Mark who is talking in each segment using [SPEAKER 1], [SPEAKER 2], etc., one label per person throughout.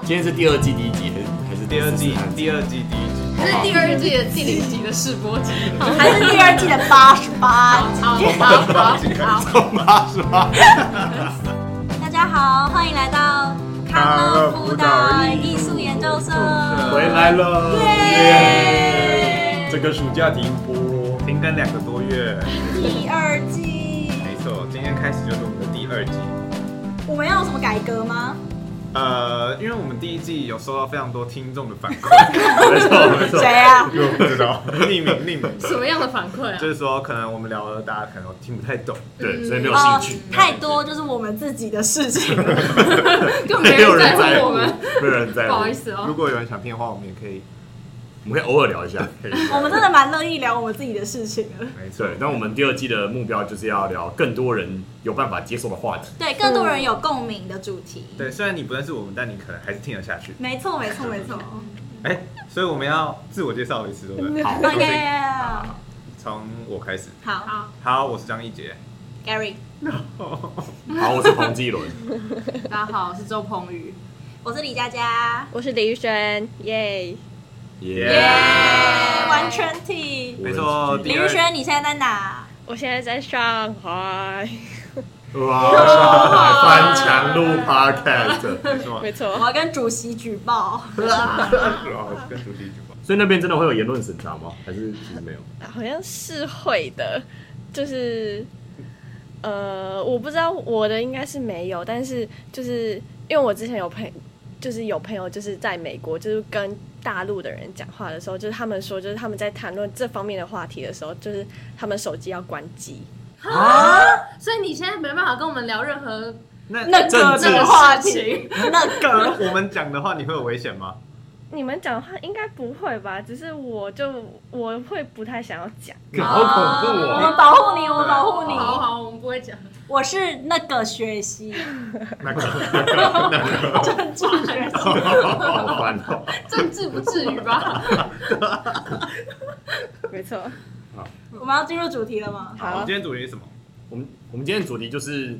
[SPEAKER 1] 今天是第二季第一集还是还是
[SPEAKER 2] 第二季
[SPEAKER 1] 第三，
[SPEAKER 2] 第二季第一集，
[SPEAKER 3] 这是第二季的第零集的试播集。
[SPEAKER 4] 还是第二季的八十八
[SPEAKER 3] 好好好好好，
[SPEAKER 1] 好吗？是吧？
[SPEAKER 4] 大家好，欢迎来到康乐辅导艺术研究生。
[SPEAKER 1] 回来了，
[SPEAKER 4] 耶
[SPEAKER 1] 这个暑假停播，
[SPEAKER 2] 停更两个多月，
[SPEAKER 4] 第二季，
[SPEAKER 2] 没错，今天开始就是我们的第二季。
[SPEAKER 4] 我们要有什么改革吗？
[SPEAKER 2] 呃，因为我们第一季有收到非常多听众的反 馈，
[SPEAKER 1] 没错没错，
[SPEAKER 4] 谁啊？
[SPEAKER 2] 因为我不知道匿名匿名
[SPEAKER 3] 什
[SPEAKER 2] 的，
[SPEAKER 3] 么样的反馈 啊
[SPEAKER 2] 就？是说可能我们聊的大家可能听不太懂，
[SPEAKER 1] 对，所以没有兴
[SPEAKER 3] 哦
[SPEAKER 1] 趣，
[SPEAKER 4] 哦太多就是我们自己的事情，
[SPEAKER 3] 根本
[SPEAKER 1] 没有人
[SPEAKER 3] 人
[SPEAKER 1] 在
[SPEAKER 3] 乎
[SPEAKER 1] 乎
[SPEAKER 3] 我们，，
[SPEAKER 1] 没有人在
[SPEAKER 3] 不
[SPEAKER 1] 乎，
[SPEAKER 3] 好意思
[SPEAKER 2] 如
[SPEAKER 3] 哦。
[SPEAKER 2] 果有人想听的话，我们也可以，
[SPEAKER 1] 我们可以偶尔聊一下。
[SPEAKER 2] 可以，
[SPEAKER 4] 我们真的蛮乐意聊我们自己的事情的。
[SPEAKER 2] 没错
[SPEAKER 1] 对，，那我们第二季的目标就是要聊更多人有办法接受的 话题。
[SPEAKER 4] 对，更多人有共鸣的主题。
[SPEAKER 2] 对，虽然你不认识我们，但你可能还是听得下去。
[SPEAKER 4] 没错，没错，没错。
[SPEAKER 2] 哎，所以我们要自我介绍一次，对不对？
[SPEAKER 1] 好
[SPEAKER 4] 哦耶！
[SPEAKER 2] 从我开始。
[SPEAKER 4] 好
[SPEAKER 3] 好，
[SPEAKER 2] 好，我是张一杰。
[SPEAKER 4] ，Gary，
[SPEAKER 1] 好，我是彭基 伦，
[SPEAKER 3] 大家好，我是周鹏宇。
[SPEAKER 4] 我是李佳佳，
[SPEAKER 5] 我是李玉轩，耶！
[SPEAKER 1] 耶
[SPEAKER 4] 耶，
[SPEAKER 2] Yeah
[SPEAKER 4] 完全体。
[SPEAKER 2] 没错
[SPEAKER 4] 李
[SPEAKER 2] 第
[SPEAKER 4] 玉轩，你现在在哪？
[SPEAKER 5] 我现在在上海，
[SPEAKER 1] 哇，翻墙路 Podcast，
[SPEAKER 2] 是吗？
[SPEAKER 5] 没
[SPEAKER 4] 我
[SPEAKER 5] 错，
[SPEAKER 4] 要跟主席举报。
[SPEAKER 2] 好，跟主题举报。
[SPEAKER 1] 所以那边真的会有言论审查吗？还是其实 没有？
[SPEAKER 5] 好像是会的，就是呃，我不知道我的应该是没有，但是就是因为我之前有朋，就是有朋友就是在美国，就是跟大陆的人讲话的时候，就是他们说，就是他们在谈论这方面的话题的时候，就是他们手机要关机。
[SPEAKER 3] 所以你现在没办法跟我们聊任何
[SPEAKER 2] 那
[SPEAKER 4] 那个
[SPEAKER 1] 政
[SPEAKER 4] 那
[SPEAKER 1] 治
[SPEAKER 4] 个话题，那个
[SPEAKER 2] 我们讲的话，你会有危险吗？
[SPEAKER 5] 你们讲的话应该不会吧？只是我就我会不太想要讲。
[SPEAKER 1] 好恐怖
[SPEAKER 4] 我
[SPEAKER 1] 哦！
[SPEAKER 4] 们保护你，我们保护你。
[SPEAKER 3] 哦好好，我们不会讲。
[SPEAKER 4] 我是那个学习，
[SPEAKER 2] 那个
[SPEAKER 4] 政治学习。
[SPEAKER 1] 好烦哦！
[SPEAKER 3] 政治不至于吧？
[SPEAKER 5] 没错，
[SPEAKER 4] 我们要进入主题了吗？
[SPEAKER 2] 我
[SPEAKER 5] 好
[SPEAKER 2] 们今，天主题是什么？
[SPEAKER 1] 我们我们今天的主题就是，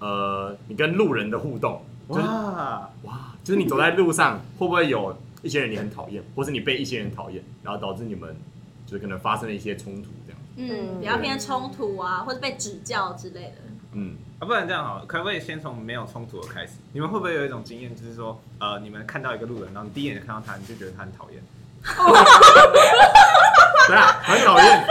[SPEAKER 1] 呃，你跟路人的互动，就是
[SPEAKER 2] 哇，
[SPEAKER 1] 哇，就是你走在路上，会不会有一些人你很讨厌，或是你被一些人讨厌，然后导致你们就是可能发生了一些冲突这样？
[SPEAKER 4] 嗯，比较偏冲突啊，或者被指教之类的。
[SPEAKER 1] 嗯，
[SPEAKER 2] 啊，不然这样好了，可不可以先从没有冲突的开始？你们会不会有一种经验，就是说，呃，你们看到一个路人，然后你第一眼就看到他，你就觉得他很讨厌，
[SPEAKER 1] 对啊，很讨厌，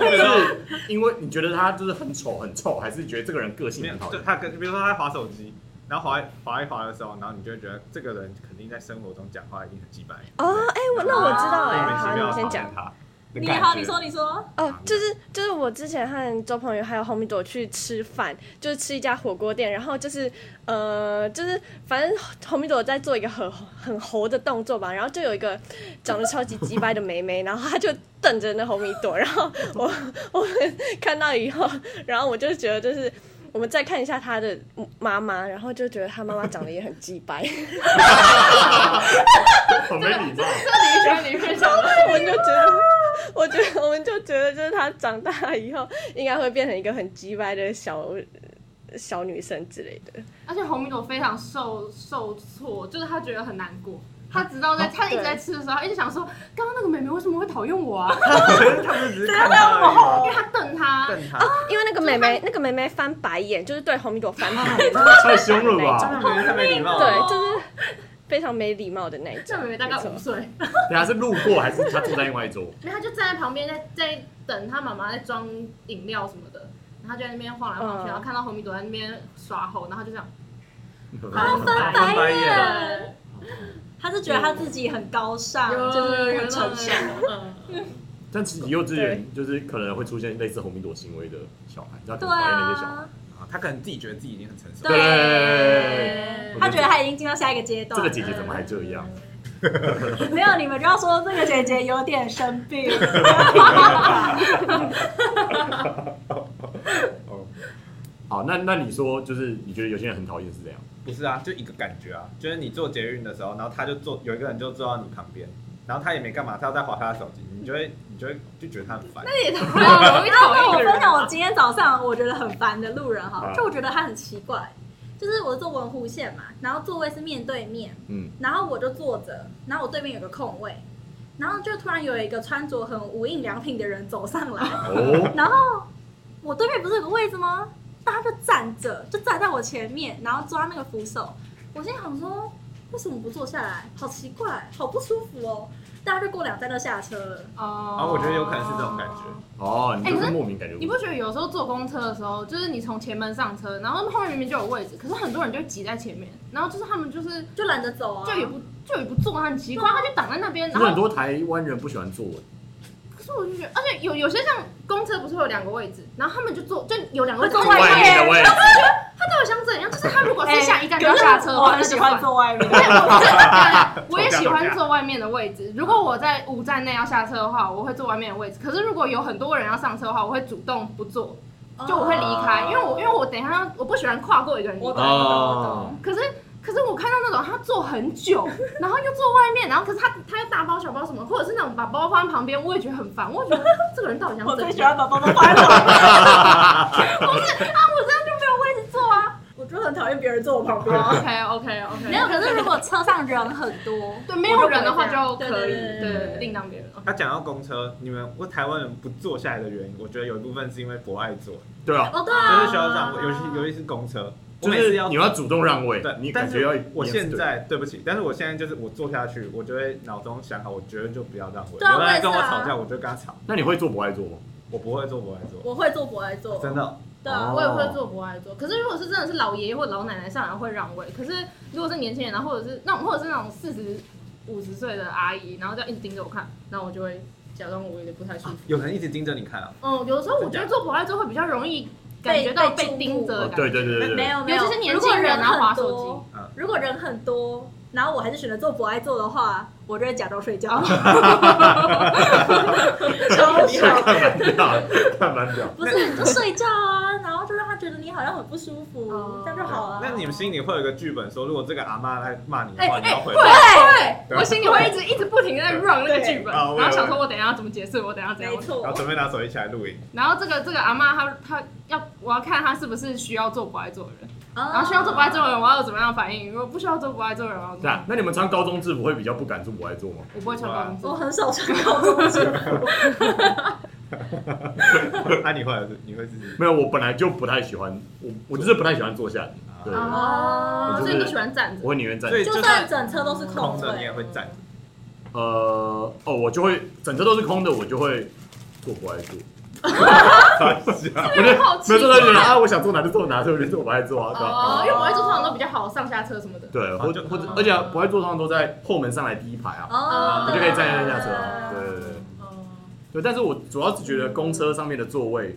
[SPEAKER 1] 就是因为你觉得他就是很丑很臭，还是觉得这个人个
[SPEAKER 2] 没
[SPEAKER 1] 性
[SPEAKER 2] 有
[SPEAKER 1] 很，讨
[SPEAKER 2] 就
[SPEAKER 1] 厌？
[SPEAKER 2] 他跟，比如说他在划手机，然后划划一划的时候，然后你就会觉得这个人肯定在生活中讲话一定很鸡掰，
[SPEAKER 5] 哦，哎、我那我知道哎、
[SPEAKER 2] 莫名其
[SPEAKER 5] 好，
[SPEAKER 2] 妙
[SPEAKER 5] 你
[SPEAKER 2] 讨
[SPEAKER 5] 先
[SPEAKER 2] 厌
[SPEAKER 5] 讲。
[SPEAKER 2] 他。
[SPEAKER 4] 你好，你说，你说，
[SPEAKER 5] 哦，就是就是我之前和周鹏宇还有红米朵去吃饭，就是吃一家火锅店，然后就是呃，就是反正红米朵在做一个很很猴的动作吧，然后就有一个长得超级鸡掰的妹妹，然后她就瞪着那红米朵，然后我 我们看到以后，然后我就觉得就是。我们再看一下她的妈妈，然后就觉得她妈妈长得也很鸡掰，
[SPEAKER 1] 好哦没礼貌。
[SPEAKER 3] 那李轩，李轩讲的，
[SPEAKER 5] 我就觉得，我觉得，我们就觉得，就是她长大以后应该会变成一个很鸡掰的小小女生之类的。
[SPEAKER 3] 而且红米朵非常受受挫，就是她觉得很难过。她直到在她一直在吃的时候，她一直想说，刚刚那个妹妹为什么会讨厌我啊？
[SPEAKER 2] 他们只是看他而
[SPEAKER 3] 因为她瞪她，
[SPEAKER 2] 已，瞪他，
[SPEAKER 5] 因为那个妹妹，那个妹妹翻白眼，就是对红米朵翻白眼，
[SPEAKER 1] 太凶了吧！
[SPEAKER 2] 他们太没礼貌了。
[SPEAKER 5] 对，就是非常没礼貌的那一
[SPEAKER 3] 啊
[SPEAKER 5] 种。
[SPEAKER 3] 哦这妹妹大概五岁，
[SPEAKER 1] 等下啊是路过还是他坐在另外一桌？
[SPEAKER 3] 然后她就站在旁边在在等她妈妈在装饮料什么的，然后她就在那边晃来晃去，
[SPEAKER 5] 嗯
[SPEAKER 3] 然后看到红米朵在那边耍吼，然后她就这样，
[SPEAKER 4] 翻白
[SPEAKER 2] 白
[SPEAKER 4] 眼
[SPEAKER 2] 眼，
[SPEAKER 4] 他是觉得他自己很高尚，就是很抽象。
[SPEAKER 3] 嗯，
[SPEAKER 1] 但其实幼稚园就是可能会出现类似红米朵行为的小孩，他很
[SPEAKER 4] 对
[SPEAKER 1] 讨厌那些小孩。
[SPEAKER 4] 啊，
[SPEAKER 2] 啊他可能自己觉得自己已经很成熟。
[SPEAKER 4] 对
[SPEAKER 1] 对
[SPEAKER 4] 他觉得他已经进到下一个阶段
[SPEAKER 1] 这
[SPEAKER 4] 了。
[SPEAKER 1] 个姐姐怎么还这样？
[SPEAKER 4] 没有，你们就要说这个姐姐有点生病。
[SPEAKER 2] 哦，
[SPEAKER 1] 好，那那你说，就是你觉得有些人很讨厌是这样？
[SPEAKER 2] 不是啊，就一个感觉啊，就是你坐捷运的时候，然后他就坐，有一个人就坐到你旁边，然后他也没干嘛，他在划他的手机，你就会，你就会就觉得他很烦。
[SPEAKER 3] 那也太容易
[SPEAKER 4] 那
[SPEAKER 3] 讨
[SPEAKER 4] 我
[SPEAKER 3] 厌一个
[SPEAKER 4] 分
[SPEAKER 3] 人。
[SPEAKER 4] 享我今天早上我觉得很烦的路人哈，就我觉得他很奇怪，就是我坐文湖线嘛，然后座位是面对面，
[SPEAKER 1] 嗯，
[SPEAKER 4] 然后我就坐着，然后我对面有个空位，然后就突然有一个穿着很无印良品的人走上来，
[SPEAKER 1] 哦，
[SPEAKER 4] 然后我对面不是有个位置吗？但他就站着，就站在我前面，然后抓那个扶手。我心里想说，为什么不坐下来？好奇怪，好不舒服哦。大家就过两站就下车了。
[SPEAKER 3] 哦
[SPEAKER 2] 啊我觉得有可能是这种感觉
[SPEAKER 1] 哦，你就
[SPEAKER 3] 哎可
[SPEAKER 1] 是
[SPEAKER 3] 是
[SPEAKER 1] 莫名感觉
[SPEAKER 3] 你不觉得有时候坐公车的时候，就是你从前门上车，然后后面明明就有位置，可是很多人就挤在前面，然后就是他们就是
[SPEAKER 4] 就懒得走啊，
[SPEAKER 3] 就也不就也不坐，很奇怪，他就挡在那边，
[SPEAKER 1] 是
[SPEAKER 3] 然
[SPEAKER 1] 不是很
[SPEAKER 3] 后
[SPEAKER 1] 多台湾人不喜欢坐稳，
[SPEAKER 3] 可是我就觉得，而且有有些像公车不是会有两个位置，然后他们就坐就有两个位置
[SPEAKER 4] 会坐
[SPEAKER 3] 外
[SPEAKER 4] 外面
[SPEAKER 3] 面，
[SPEAKER 1] 的位置，
[SPEAKER 3] 他到底想怎样？就是他如果
[SPEAKER 6] 哎
[SPEAKER 3] 是下一站就要下车，
[SPEAKER 6] 我
[SPEAKER 3] 那
[SPEAKER 6] 很
[SPEAKER 3] 就
[SPEAKER 6] 喜欢
[SPEAKER 3] 算了。
[SPEAKER 6] 坐外面。
[SPEAKER 3] 对，我真的，我也喜欢坐外面的位置。如果我在五站内要下车的话，我会坐外面的位置。可是如果有很多人要上车的话，我会主动不坐，
[SPEAKER 6] 哦
[SPEAKER 4] 哦
[SPEAKER 3] 就我会离开，因为我因为我等一下要我不喜欢跨过一个人
[SPEAKER 4] 我
[SPEAKER 3] 离
[SPEAKER 4] 懂
[SPEAKER 3] 开。
[SPEAKER 4] 我懂
[SPEAKER 1] 哦
[SPEAKER 4] 我懂，
[SPEAKER 3] 可是可是我看到那种他坐很久，然后又坐外面，然后可是他他又大包小包什么，或者是那种把包放在旁边，我也觉得很烦。我也觉得这个人到底 想
[SPEAKER 6] 我最
[SPEAKER 3] 怎
[SPEAKER 6] 喜
[SPEAKER 3] 样？
[SPEAKER 6] 欢把包包放在旁 边，
[SPEAKER 3] 我这样就没有位置坐啊。
[SPEAKER 6] 我就很讨厌别人坐我旁边。
[SPEAKER 4] 啊
[SPEAKER 3] OK OK OK，
[SPEAKER 4] 没有。可是如果车上人很多，
[SPEAKER 3] 对没有人的话就
[SPEAKER 4] 我就不会
[SPEAKER 3] 可以
[SPEAKER 4] 这样对对对
[SPEAKER 1] 对对
[SPEAKER 3] 对
[SPEAKER 1] 对
[SPEAKER 3] 另当别人。
[SPEAKER 2] 他讲到公车，你们我台湾人不坐下来的原因，我觉得有一部分是因为不爱坐，
[SPEAKER 1] 对啊，
[SPEAKER 4] 哦对
[SPEAKER 2] 就
[SPEAKER 4] 啊，
[SPEAKER 2] 是学校上，尤其尤其是公车，我
[SPEAKER 1] 就
[SPEAKER 2] 每次
[SPEAKER 1] 是
[SPEAKER 2] 要
[SPEAKER 1] 你要主动让位
[SPEAKER 2] 对，，
[SPEAKER 1] 你
[SPEAKER 2] 但
[SPEAKER 1] 感觉
[SPEAKER 2] 是
[SPEAKER 1] 要
[SPEAKER 2] 我
[SPEAKER 1] 也
[SPEAKER 2] 现
[SPEAKER 1] 对
[SPEAKER 2] 在对不起，但是我现在就是我坐下去，我就会脑中想好，我绝对就不要让位。
[SPEAKER 4] 对啊
[SPEAKER 2] 有人来
[SPEAKER 4] 我也是
[SPEAKER 2] 跟
[SPEAKER 4] 啊
[SPEAKER 2] 我吵架，我就跟他吵，
[SPEAKER 1] 那你会做不爱做吗？
[SPEAKER 2] 我不会坐，不会坐，
[SPEAKER 4] 我会坐不爱坐，
[SPEAKER 2] 真的。
[SPEAKER 4] 对啊，
[SPEAKER 1] 哦
[SPEAKER 3] 我也会坐不爱坐，可是如果是真的是老爷爷或老奶奶上来会让位，可是如果是年轻人，然后或者是那种或者是那种四十五十岁的阿姨，然后这样一直盯着我看，那我就会假装我有点不太舒服。
[SPEAKER 2] 有人一直盯着你看啊，
[SPEAKER 3] 嗯，有的时候我觉得坐不爱坐会比较容易感觉到被盯着的
[SPEAKER 1] 哦
[SPEAKER 3] 感
[SPEAKER 1] 对
[SPEAKER 3] 觉。
[SPEAKER 1] 对对对
[SPEAKER 4] 没
[SPEAKER 1] 对，
[SPEAKER 4] 有没有，
[SPEAKER 3] 尤其是年
[SPEAKER 4] 如果
[SPEAKER 3] 轻人然后滑
[SPEAKER 4] 很
[SPEAKER 3] 手
[SPEAKER 4] 多
[SPEAKER 2] 机嗯
[SPEAKER 4] 如果人很多，然后我还是选择坐不爱坐的话，我就会假装睡觉。
[SPEAKER 2] 啊
[SPEAKER 6] 超爽，
[SPEAKER 1] 看蛮 屌，看蛮屌。
[SPEAKER 4] 不是，你就睡觉啊，然后就让他觉得你好像很不舒服，
[SPEAKER 3] 哦
[SPEAKER 4] 这样就好啊了。
[SPEAKER 2] 那你们心里会有一个剧本，说如果这个阿妈来骂你的
[SPEAKER 3] 哎
[SPEAKER 2] 话，你
[SPEAKER 3] 哎
[SPEAKER 2] 要回
[SPEAKER 3] 会
[SPEAKER 2] 答。
[SPEAKER 3] 会，
[SPEAKER 2] 对
[SPEAKER 3] 我心里会一直一直不停地在 run 那个剧本，
[SPEAKER 2] 对啊我也
[SPEAKER 3] 然后想说我等一下要怎么解释，我等一下怎样
[SPEAKER 4] 没。错
[SPEAKER 2] 然，后准备拿手机起来 录影，
[SPEAKER 3] 然后这个这个阿妈她她要我要看她是不是需要做不爱做的人，然
[SPEAKER 4] 然
[SPEAKER 3] 后需要做不爱做的人我要有怎么样的反应，如果不需要做不爱做的人，我要怎么
[SPEAKER 1] 对
[SPEAKER 3] 样
[SPEAKER 1] 啊，那你们穿高中制服会比较不敢做不爱做吗？
[SPEAKER 3] 我不会穿高中制
[SPEAKER 4] 我
[SPEAKER 3] 服。
[SPEAKER 4] 很少穿高中制服，
[SPEAKER 2] 那啊你会你会自己
[SPEAKER 1] 没有，我本来就不太喜欢，我我就是不太喜欢坐下来。对，
[SPEAKER 2] 啊
[SPEAKER 3] 哦，所以你都喜欢站着
[SPEAKER 1] 我。会宁愿站
[SPEAKER 2] 所。以
[SPEAKER 4] 就
[SPEAKER 2] 就
[SPEAKER 4] 算
[SPEAKER 2] 算
[SPEAKER 4] 整车都是
[SPEAKER 2] 空
[SPEAKER 4] 位
[SPEAKER 2] 着，你也会站。
[SPEAKER 1] 呃，哦，我就会整车都是空的，我就会坐不爱 坐。我就
[SPEAKER 3] 好奇
[SPEAKER 1] 没有坐到就觉得啊，我想坐哪就坐哪，所以我就坐不爱坐啊，对吧？
[SPEAKER 3] 哦，因为我爱坐通常都比较好上下车什么的。
[SPEAKER 1] 对，或者
[SPEAKER 2] 就
[SPEAKER 1] 或者，而且不爱坐通常都在后门上来第一排啊，
[SPEAKER 4] 哦，
[SPEAKER 1] 我就可以站在那下车啊。对对对。
[SPEAKER 3] 哦，
[SPEAKER 1] 对，但是我主要是觉得公车上面的座位，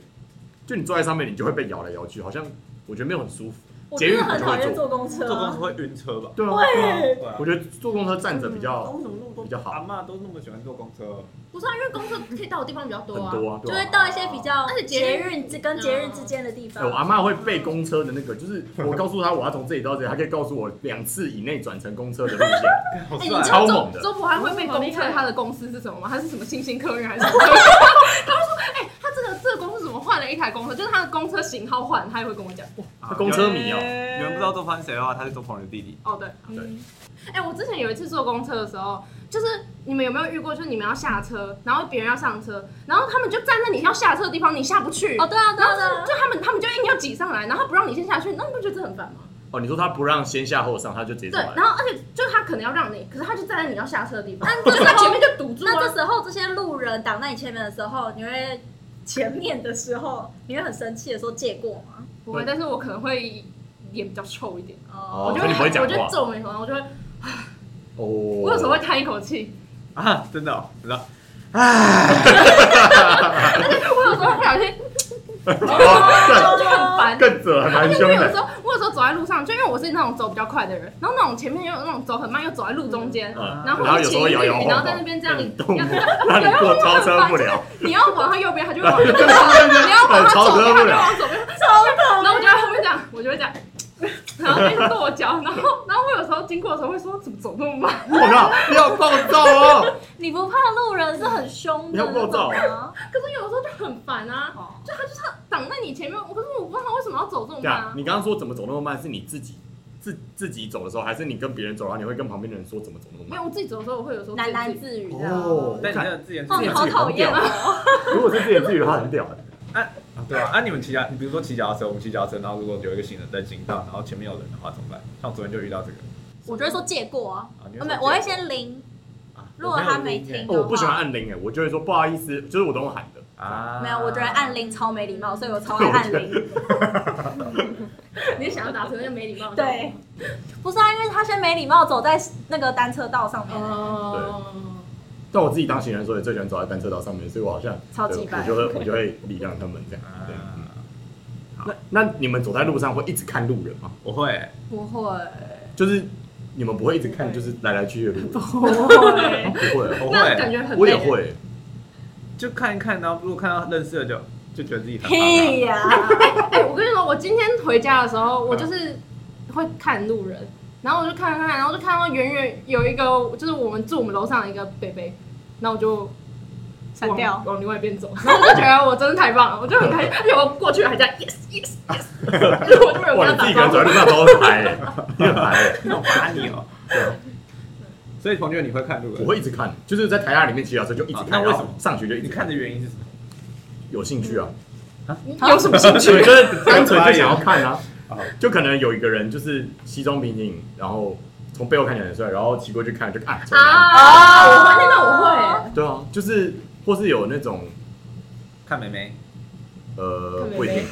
[SPEAKER 1] 就你坐在上面，你就会被摇来摇去，好像我觉得没有很舒服。啊
[SPEAKER 4] 我真的很讨厌坐公车
[SPEAKER 2] 坐公车会晕车吧？
[SPEAKER 1] 对啊，
[SPEAKER 4] 啊对
[SPEAKER 2] 对啊嗯
[SPEAKER 1] 我觉得坐公车站着比较
[SPEAKER 2] 为什么那么多
[SPEAKER 1] 比较好
[SPEAKER 2] 阿妈都那么喜欢坐公车？
[SPEAKER 3] 不是啊，因为公车可以到的地方比较
[SPEAKER 1] 很
[SPEAKER 3] 多啊。
[SPEAKER 1] 多啊，
[SPEAKER 4] 就
[SPEAKER 1] 对
[SPEAKER 4] 会
[SPEAKER 1] 啊。
[SPEAKER 4] 到一些比较
[SPEAKER 3] 而且
[SPEAKER 4] 捷
[SPEAKER 3] 捷
[SPEAKER 4] 运
[SPEAKER 3] 运
[SPEAKER 4] 之跟节日之嗯间的地
[SPEAKER 1] 哎我
[SPEAKER 4] 方。
[SPEAKER 1] 阿妈会背公车的那个，就是我告诉她我要从这里到这里，她可以告诉我两次以内转乘公车的路线。
[SPEAKER 2] 好
[SPEAKER 3] 哎，你
[SPEAKER 2] 帅啊！
[SPEAKER 3] 知
[SPEAKER 1] 超
[SPEAKER 3] 道
[SPEAKER 1] 猛
[SPEAKER 3] 周
[SPEAKER 1] 的
[SPEAKER 3] 周柏还会被
[SPEAKER 5] 好厉
[SPEAKER 3] 公测
[SPEAKER 5] 害
[SPEAKER 3] 他的公司是什么吗？他是什么新兴客运还是什 么？他会说，哎，他这个这个公司怎么换了一台公车？就是他的公车型号换，他也会跟我讲。
[SPEAKER 1] 她公车迷哦，
[SPEAKER 2] 啊有人有人不知道周凡谁的话，他是周鹏的弟弟。
[SPEAKER 3] 哦，对，
[SPEAKER 1] 对
[SPEAKER 3] 嗯。哎、我之前有一次坐公车的时候，就是你们有没有遇过，就是你们要下车，然后别人要上车，然后他们就站在你要下车的地方，你下不去。
[SPEAKER 4] 哦，对啊，对
[SPEAKER 3] 然
[SPEAKER 4] 啊，
[SPEAKER 3] 后
[SPEAKER 4] 对啊
[SPEAKER 3] 就，就他们他们就硬要挤上来，然后不让你先下去，那你不觉得这很烦吗？
[SPEAKER 1] 哦，你说她不让先下后上，她就直接
[SPEAKER 3] 对
[SPEAKER 1] 上，来。
[SPEAKER 3] 然后而且就是他可能要让你，可是他就站在你要下车的地方，
[SPEAKER 4] 但这时
[SPEAKER 3] 他前
[SPEAKER 4] 候，
[SPEAKER 3] 面就堵住
[SPEAKER 4] 啊
[SPEAKER 3] 啊
[SPEAKER 4] 那
[SPEAKER 3] 了
[SPEAKER 4] 这。时候这些路人挡在你前面的时候，你会前面的时候，你会很生气的说借过吗？
[SPEAKER 3] 不会，但是我可能会脸比较臭一点，
[SPEAKER 1] 哦
[SPEAKER 3] 我就
[SPEAKER 1] 所以你不会讲
[SPEAKER 3] 我就
[SPEAKER 1] 话
[SPEAKER 3] 皱眉头，然后我就会，
[SPEAKER 1] 哦，
[SPEAKER 3] 我有时候
[SPEAKER 1] 我
[SPEAKER 3] 会叹一 口气，
[SPEAKER 2] 啊，真的、哦，知道。
[SPEAKER 3] 我有时候不小 心就很烦，
[SPEAKER 1] 更 折还蛮
[SPEAKER 3] 因
[SPEAKER 1] 凶
[SPEAKER 3] 为有时
[SPEAKER 1] 的。
[SPEAKER 3] 候，我有时候走在路上，就因为我是那种走比较快的人，然后那种前面又有那种走很慢又走在路中间，
[SPEAKER 1] 嗯
[SPEAKER 3] 然后
[SPEAKER 1] 然后有时候
[SPEAKER 3] 会
[SPEAKER 1] 摇摇晃晃，嗯
[SPEAKER 3] 前一然后在那边这样，
[SPEAKER 1] 你
[SPEAKER 3] 你
[SPEAKER 1] 动
[SPEAKER 3] 要
[SPEAKER 1] 不让你过超车不了。
[SPEAKER 3] 你要往他右边，他 就会往右
[SPEAKER 1] 哎
[SPEAKER 3] 边走；你要往他左边，他就往左边。然后我就在后面这样，我就会这样，然后一直跺脚，然后然后我有时候经过的时候会说怎么走那么慢，
[SPEAKER 1] 我靠，你好暴躁 哦！
[SPEAKER 4] 你不怕路人是很凶的
[SPEAKER 1] 你要啊
[SPEAKER 4] 那
[SPEAKER 1] 暴躁
[SPEAKER 4] 种吗？
[SPEAKER 3] 可是有的时候就很烦啊，就他就是挡在你前面，我可是我不知道他为什么要走这么
[SPEAKER 1] 对
[SPEAKER 3] 慢
[SPEAKER 1] 啊
[SPEAKER 3] 啊，。
[SPEAKER 1] 你刚刚说怎么走那么慢，是你自己自自己走的时候，还是你跟别人走，然后你会跟旁边的人说怎么走那么
[SPEAKER 3] 没
[SPEAKER 1] 慢？
[SPEAKER 3] 有，我自己走的时候我会有时候
[SPEAKER 4] 喃喃
[SPEAKER 3] 自
[SPEAKER 4] 自语的。
[SPEAKER 1] 哦，
[SPEAKER 2] 但你那
[SPEAKER 1] 看
[SPEAKER 2] 个自言自
[SPEAKER 4] 哦，
[SPEAKER 2] 语
[SPEAKER 4] 你
[SPEAKER 1] 这
[SPEAKER 4] 好讨厌啊！
[SPEAKER 1] 如果是自言自语的话， 很屌的。
[SPEAKER 2] 啊，对啊，啊，你们骑脚，你比如说骑脚踏车，我们骑脚踏车，然后如果有一个行人在行道，然后前面有人的话怎么办？像我昨天就遇到这个，
[SPEAKER 4] 我就会说借过啊，
[SPEAKER 2] 啊，你
[SPEAKER 4] 啊
[SPEAKER 2] 会
[SPEAKER 4] 没
[SPEAKER 2] 说
[SPEAKER 4] 有，我会先铃，
[SPEAKER 2] 啊
[SPEAKER 4] 如果他没听
[SPEAKER 2] 我
[SPEAKER 1] 哦，我不喜欢按铃哎，我就会说不好意思，就是我都用喊的。
[SPEAKER 2] 啊，
[SPEAKER 4] 没有，我觉得按铃超没礼貌，所以我 超爱按铃。
[SPEAKER 3] 己，你想要打成就没礼貌。
[SPEAKER 4] 对，不是啊，因为他先没礼貌走在那个单车道上面，
[SPEAKER 3] 哦，
[SPEAKER 1] 但我自己当行人的时候，也最喜欢走在单车道上面，所以我好像
[SPEAKER 4] 超
[SPEAKER 1] 对
[SPEAKER 4] 级白
[SPEAKER 1] 我就会 我就会礼让他们这样。对，嗯
[SPEAKER 2] 啊，
[SPEAKER 1] 那那你们走在路上会一直看路人吗？
[SPEAKER 2] 我会，
[SPEAKER 4] 不会。
[SPEAKER 1] 就是你们不会一直看，就是来来去去的路人？
[SPEAKER 3] 对，
[SPEAKER 1] 不会哦，
[SPEAKER 2] 我
[SPEAKER 3] 那感
[SPEAKER 2] 会，
[SPEAKER 3] 觉很累
[SPEAKER 1] 我也，会。
[SPEAKER 2] 就看一看，然后如果看到认识的就就觉得自己很
[SPEAKER 4] 屁
[SPEAKER 2] 棒
[SPEAKER 4] 呀！
[SPEAKER 3] 哎、我跟你说，我今天回家的时候，我就是
[SPEAKER 1] 嗯
[SPEAKER 3] 会看路人，然后我就看看看，然后就看到远远有一个，就是我们住我们楼上的一个北北，然后我就
[SPEAKER 4] 闪掉
[SPEAKER 3] 往往另外一边走，然后我就觉得我真的太棒了，我就很开心，而且我过去还在 yes yes yes，就是我就没有
[SPEAKER 1] 哇，
[SPEAKER 3] 跟
[SPEAKER 1] 你自己
[SPEAKER 3] 他
[SPEAKER 1] 一个
[SPEAKER 3] 打
[SPEAKER 1] 人走在路
[SPEAKER 3] 招呼。
[SPEAKER 1] 上都很嗨欸，你很嗨欸。
[SPEAKER 2] 那我打你 哦。所以同学你会看路人？
[SPEAKER 1] 我会一直看，就是在台大里面骑脚踏车就一直
[SPEAKER 2] 啊
[SPEAKER 1] 看。
[SPEAKER 2] 那为什么
[SPEAKER 1] 然后上学就一
[SPEAKER 2] 你
[SPEAKER 1] 直
[SPEAKER 2] 看的原因是什么？
[SPEAKER 1] 有兴趣啊？
[SPEAKER 3] 有什么兴趣？
[SPEAKER 1] 对，就是单纯就想要看啊
[SPEAKER 2] 啊。
[SPEAKER 1] 就可能有一个人就是西装笔挺，然后从背后看起来很帅，然后骑过去看就看。走了
[SPEAKER 3] 啊！我发现那我会，
[SPEAKER 1] 对啊，就是或是有那种
[SPEAKER 2] 看妹妹，
[SPEAKER 1] 呃
[SPEAKER 3] 看妹妹
[SPEAKER 1] 不一定，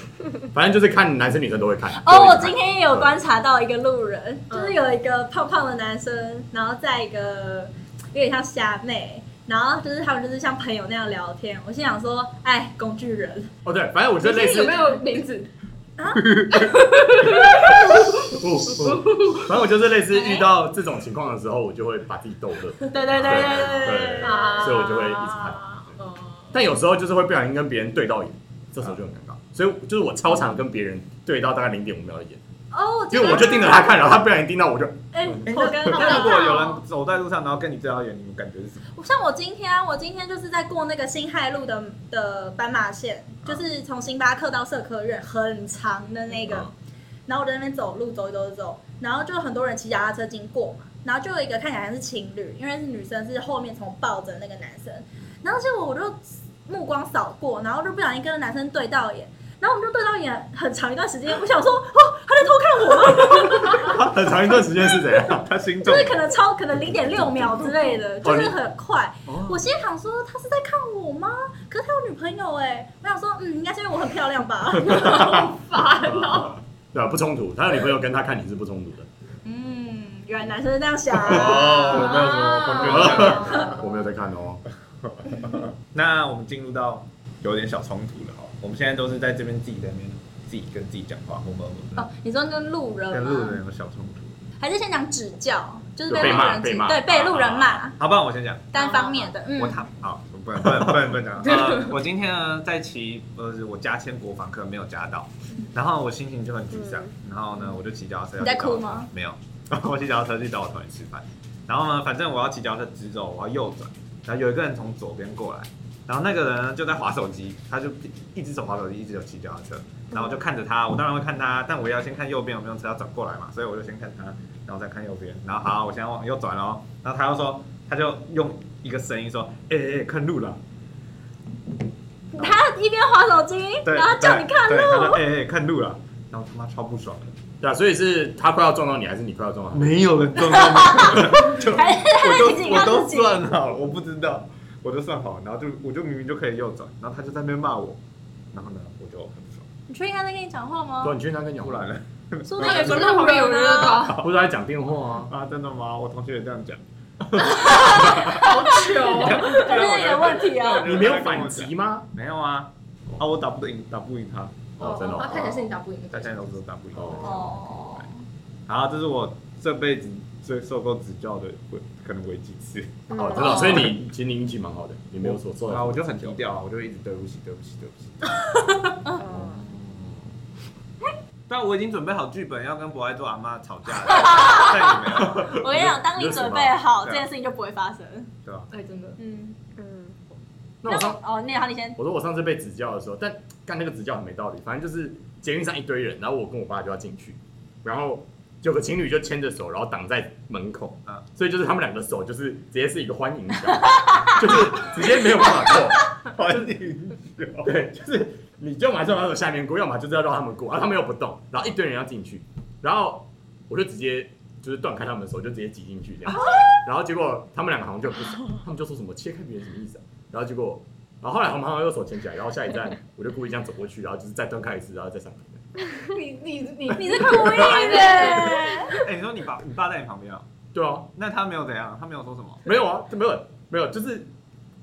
[SPEAKER 1] 反正就是看男生女生都会看。
[SPEAKER 4] 哦，我
[SPEAKER 1] 都会
[SPEAKER 4] 今
[SPEAKER 1] 看
[SPEAKER 4] 天也有观察到一个路人，
[SPEAKER 3] 嗯
[SPEAKER 4] 就是有一个胖胖的男生，然后在一个有点像虾妹，然后就是他们就是像朋友那样聊天。我心想说，哎，工具人，
[SPEAKER 1] 哦对，反正我觉
[SPEAKER 3] 就
[SPEAKER 1] 得类
[SPEAKER 3] 是
[SPEAKER 1] 似
[SPEAKER 3] 有没有名字？
[SPEAKER 1] 不不， 反正我就是类似遇到这种情况的时候，我就会把自己逗乐。
[SPEAKER 4] 对对对对对 对
[SPEAKER 1] 对
[SPEAKER 4] 对，
[SPEAKER 3] 啊
[SPEAKER 1] 所以我就会一直看
[SPEAKER 3] 哦
[SPEAKER 1] 但有时候就是会不小心跟别人对到眼，这时候就很尴尬。所以就是我超常跟别人对到大概零点五秒的眼，
[SPEAKER 4] 哦，
[SPEAKER 1] 因为我就盯着他看，然后他不小心盯到我就，
[SPEAKER 4] 哎，
[SPEAKER 2] 哎
[SPEAKER 4] 我跟
[SPEAKER 2] 那如
[SPEAKER 4] 好
[SPEAKER 2] 果
[SPEAKER 4] 尴尬
[SPEAKER 2] 有
[SPEAKER 4] 哦
[SPEAKER 2] 人走在路上，然后跟你对到眼，你们感觉是什么？
[SPEAKER 4] 像我今天啊，我今天就是在过那个新海路的的斑马线，就是从星巴克到社科院很长的那个
[SPEAKER 1] 嗯，
[SPEAKER 4] 然后我在那边走路走一走走一走，然后就有很多人骑脚踏车经过嘛，然后就有一个看起来是情侣，因为是女生是后面从抱着那个男生，然后结果我就目光扫过，然后就不小心跟男生对到眼。然后我们就对到眼很长一段时间，我想说，哦，他在偷看我吗，
[SPEAKER 1] 啊很长一段时间是怎 样？
[SPEAKER 2] 他心
[SPEAKER 4] 就
[SPEAKER 2] 中
[SPEAKER 4] 是可能超可能零点六秒之类的，就
[SPEAKER 1] 哦
[SPEAKER 4] 是
[SPEAKER 1] 你
[SPEAKER 4] 很快。
[SPEAKER 1] 哦，
[SPEAKER 4] 我心里想说他是在看我吗？可是他有女朋友哎、我想说，嗯，应该是因为我很漂亮吧。
[SPEAKER 1] 对啊，不冲突。他的女朋友跟他看你是不冲突的。
[SPEAKER 4] 嗯，原来男生是这样想、
[SPEAKER 2] 哦，我没有什么
[SPEAKER 3] 啊
[SPEAKER 2] 我没有什么
[SPEAKER 1] 我没有在看哦，
[SPEAKER 2] 那我们进入到有点小冲突了哈。我们现在都是在这边自己在那边自己跟自己讲话，我们
[SPEAKER 4] 哦，你说跟路人吗？
[SPEAKER 2] 跟路人有小冲突。
[SPEAKER 4] 还是先讲指教，就是
[SPEAKER 1] 被
[SPEAKER 4] 被路
[SPEAKER 1] 骂
[SPEAKER 4] 人
[SPEAKER 1] 被
[SPEAKER 4] 指
[SPEAKER 1] 骂
[SPEAKER 4] 对被路人骂，
[SPEAKER 2] 好，不然我先讲，
[SPEAKER 4] 单方面的。嗯
[SPEAKER 2] 我，他好，不能不能不能不 能讲。呃，我今天呢在骑，呃，我加签国防课没有加到，然后我心情就很沮丧，然后呢我就骑脚踏车。
[SPEAKER 4] 嗯你在哭吗？
[SPEAKER 2] 没有， 我骑脚踏车去找我同学吃饭，然后呢，反正我要骑脚踏车直走，我要右转，然后有一个人从左边过来，然后那个人呢就在划手机，他就一只手划手机，一只手骑脚踏车，然后我就看着他，我当然会看他，但我也要先看右边有没有车要转过来嘛，所以我就先看他，然后再看右边，然后好，我现在往右转喽，然后他又说，他就用一个声音说，哎、哎、哎看路了，
[SPEAKER 4] 他一边划手机，
[SPEAKER 2] 对，
[SPEAKER 4] 然后叫你看
[SPEAKER 2] 对对他
[SPEAKER 4] 路
[SPEAKER 2] 说，哎、哎、看路了，然后他妈超不爽的，
[SPEAKER 1] 对啊，所以是他快要撞到你，还是你快要撞到他？
[SPEAKER 2] 没有人撞 到你。
[SPEAKER 4] 还是他
[SPEAKER 2] 我
[SPEAKER 4] 在提
[SPEAKER 2] 都
[SPEAKER 4] 醒
[SPEAKER 2] 我
[SPEAKER 4] 他
[SPEAKER 2] 都
[SPEAKER 4] 自己？
[SPEAKER 2] 算好了，我不知道，我都算好了，然后就我就明明就可以右转，然后他就在那边骂我，然后呢我就很不爽，
[SPEAKER 4] 你确定他在跟你讲话吗
[SPEAKER 1] 对啊，？你去那跟你
[SPEAKER 2] 不然呢？
[SPEAKER 4] 说
[SPEAKER 3] 那
[SPEAKER 4] 那
[SPEAKER 3] 也
[SPEAKER 4] 个
[SPEAKER 3] 不
[SPEAKER 4] 是
[SPEAKER 3] 是旁
[SPEAKER 4] 路
[SPEAKER 3] 边有人
[SPEAKER 4] 人啊。
[SPEAKER 3] 吧？
[SPEAKER 1] 不是在讲电话啊？
[SPEAKER 2] 啊，真的吗？我同学也这样讲，
[SPEAKER 3] 好糗哦。
[SPEAKER 4] 这是你的问题啊！
[SPEAKER 1] 你没有反击吗？
[SPEAKER 2] 没有啊，啊我打不赢，打不赢他，
[SPEAKER 1] 哦，真的
[SPEAKER 3] 他看起来是
[SPEAKER 1] 哦。
[SPEAKER 3] 你打不赢
[SPEAKER 2] 他
[SPEAKER 3] 的。
[SPEAKER 2] 现在都是打不赢他。
[SPEAKER 1] 哦
[SPEAKER 4] 哦，
[SPEAKER 2] 好，这是我这辈子最受过指教的，我可能为几次。
[SPEAKER 5] 嗯
[SPEAKER 1] 哦，真的哦，所以你其实你运气蛮好的，你没有所受
[SPEAKER 2] 啊，
[SPEAKER 1] 到。
[SPEAKER 2] 我就很
[SPEAKER 5] 嗯
[SPEAKER 2] 低调啊，我就一直对不起，对不起，对不起。但我已经准备好剧本要跟博爱做阿妈吵 架了，但也没有，
[SPEAKER 4] 我跟你讲，当你准备好，
[SPEAKER 2] 对啊
[SPEAKER 4] 这件事情就不会发生。
[SPEAKER 2] 对吧？
[SPEAKER 3] 哎、真的，
[SPEAKER 4] 嗯，
[SPEAKER 5] 嗯，
[SPEAKER 1] 那我上
[SPEAKER 4] 哦，那好，你先。
[SPEAKER 1] 我说我上次被指教的时候，但干那个指教很没道理，反正就是捷运上一堆人，然后我跟我爸就要进去，然后就有个情侣就牵着手，然后挡在门口，
[SPEAKER 2] 啊
[SPEAKER 1] 所以就是他们两个手就是直接是一个欢迎角， 就是直接没有办法过。
[SPEAKER 2] 欢迎酒，
[SPEAKER 1] 对，就是你就马上把手下面过，要么就是要让他们过，然啊后他们又不动，然后一堆人要进去，然后我就直接就是断开他们的手，就直接挤进去这样，然后结果他们两个好像就不爽，他们就说什么切开别人什么意思啊？然后结果，然后后来我们好像又手牵起来，然后下 一站我就故意这样走过去，然后就是再断开一次，然后再上来。
[SPEAKER 3] 你你你
[SPEAKER 4] 你是故意的，
[SPEAKER 2] 哎，你说你爸，你爸在你旁边啊？
[SPEAKER 1] 对啊，
[SPEAKER 2] 那他没有怎样，他没有说什么，
[SPEAKER 1] 没有啊，没有没有，就是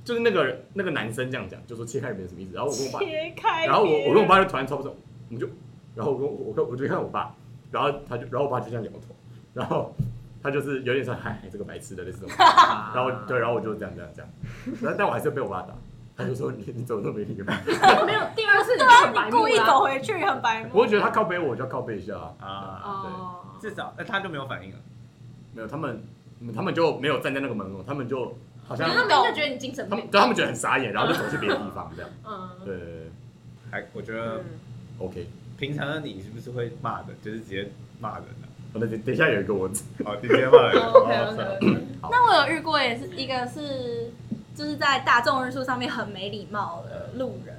[SPEAKER 1] 就是那个那个男生这样讲，就说切开别人什么意思？然后我跟我爸
[SPEAKER 6] 切开
[SPEAKER 1] 然后我我跟我爸就突然超不爽，我们就，然后我跟我我跟我就看我爸，然后他就，然后我爸就这样摇头，然后他就是有点说，嗨，这个白痴的类似这种，
[SPEAKER 4] 啊
[SPEAKER 6] 啊
[SPEAKER 1] 然
[SPEAKER 2] 然
[SPEAKER 1] 后对，然后我就这样这样这样，然后但我还是被我爸打，他就说你你怎么那么没礼 貌？
[SPEAKER 3] 哎没有第二次你
[SPEAKER 4] 对
[SPEAKER 3] 就
[SPEAKER 4] 啊，
[SPEAKER 3] 很白
[SPEAKER 4] 你
[SPEAKER 3] 目
[SPEAKER 4] 故意
[SPEAKER 3] 啦
[SPEAKER 4] 走回去很白目。
[SPEAKER 1] 我就觉得他靠背我，我就要靠背一下啊，
[SPEAKER 2] 啊，
[SPEAKER 3] 哦，
[SPEAKER 2] 至少哎他就没有反应了，
[SPEAKER 1] 没有他们，他们就没有站在那个门口，他们就好像
[SPEAKER 3] 他们就觉得你精神
[SPEAKER 1] 他们
[SPEAKER 3] 病，
[SPEAKER 1] 对他们觉得很傻眼，然后就走去别的地方这样，
[SPEAKER 3] 嗯，
[SPEAKER 1] 对对对对
[SPEAKER 2] 还我觉
[SPEAKER 5] 嗯
[SPEAKER 2] 得
[SPEAKER 1] ，OK，
[SPEAKER 2] 平常的你是不是会骂的，就是直接骂人 的？
[SPEAKER 1] 好哦那等等一下有一个我
[SPEAKER 2] 哦，直接骂人
[SPEAKER 3] OK
[SPEAKER 2] 哦
[SPEAKER 3] OK，
[SPEAKER 4] 那我有遇过，也是一个是就是在大众运输上面很没礼貌的路人，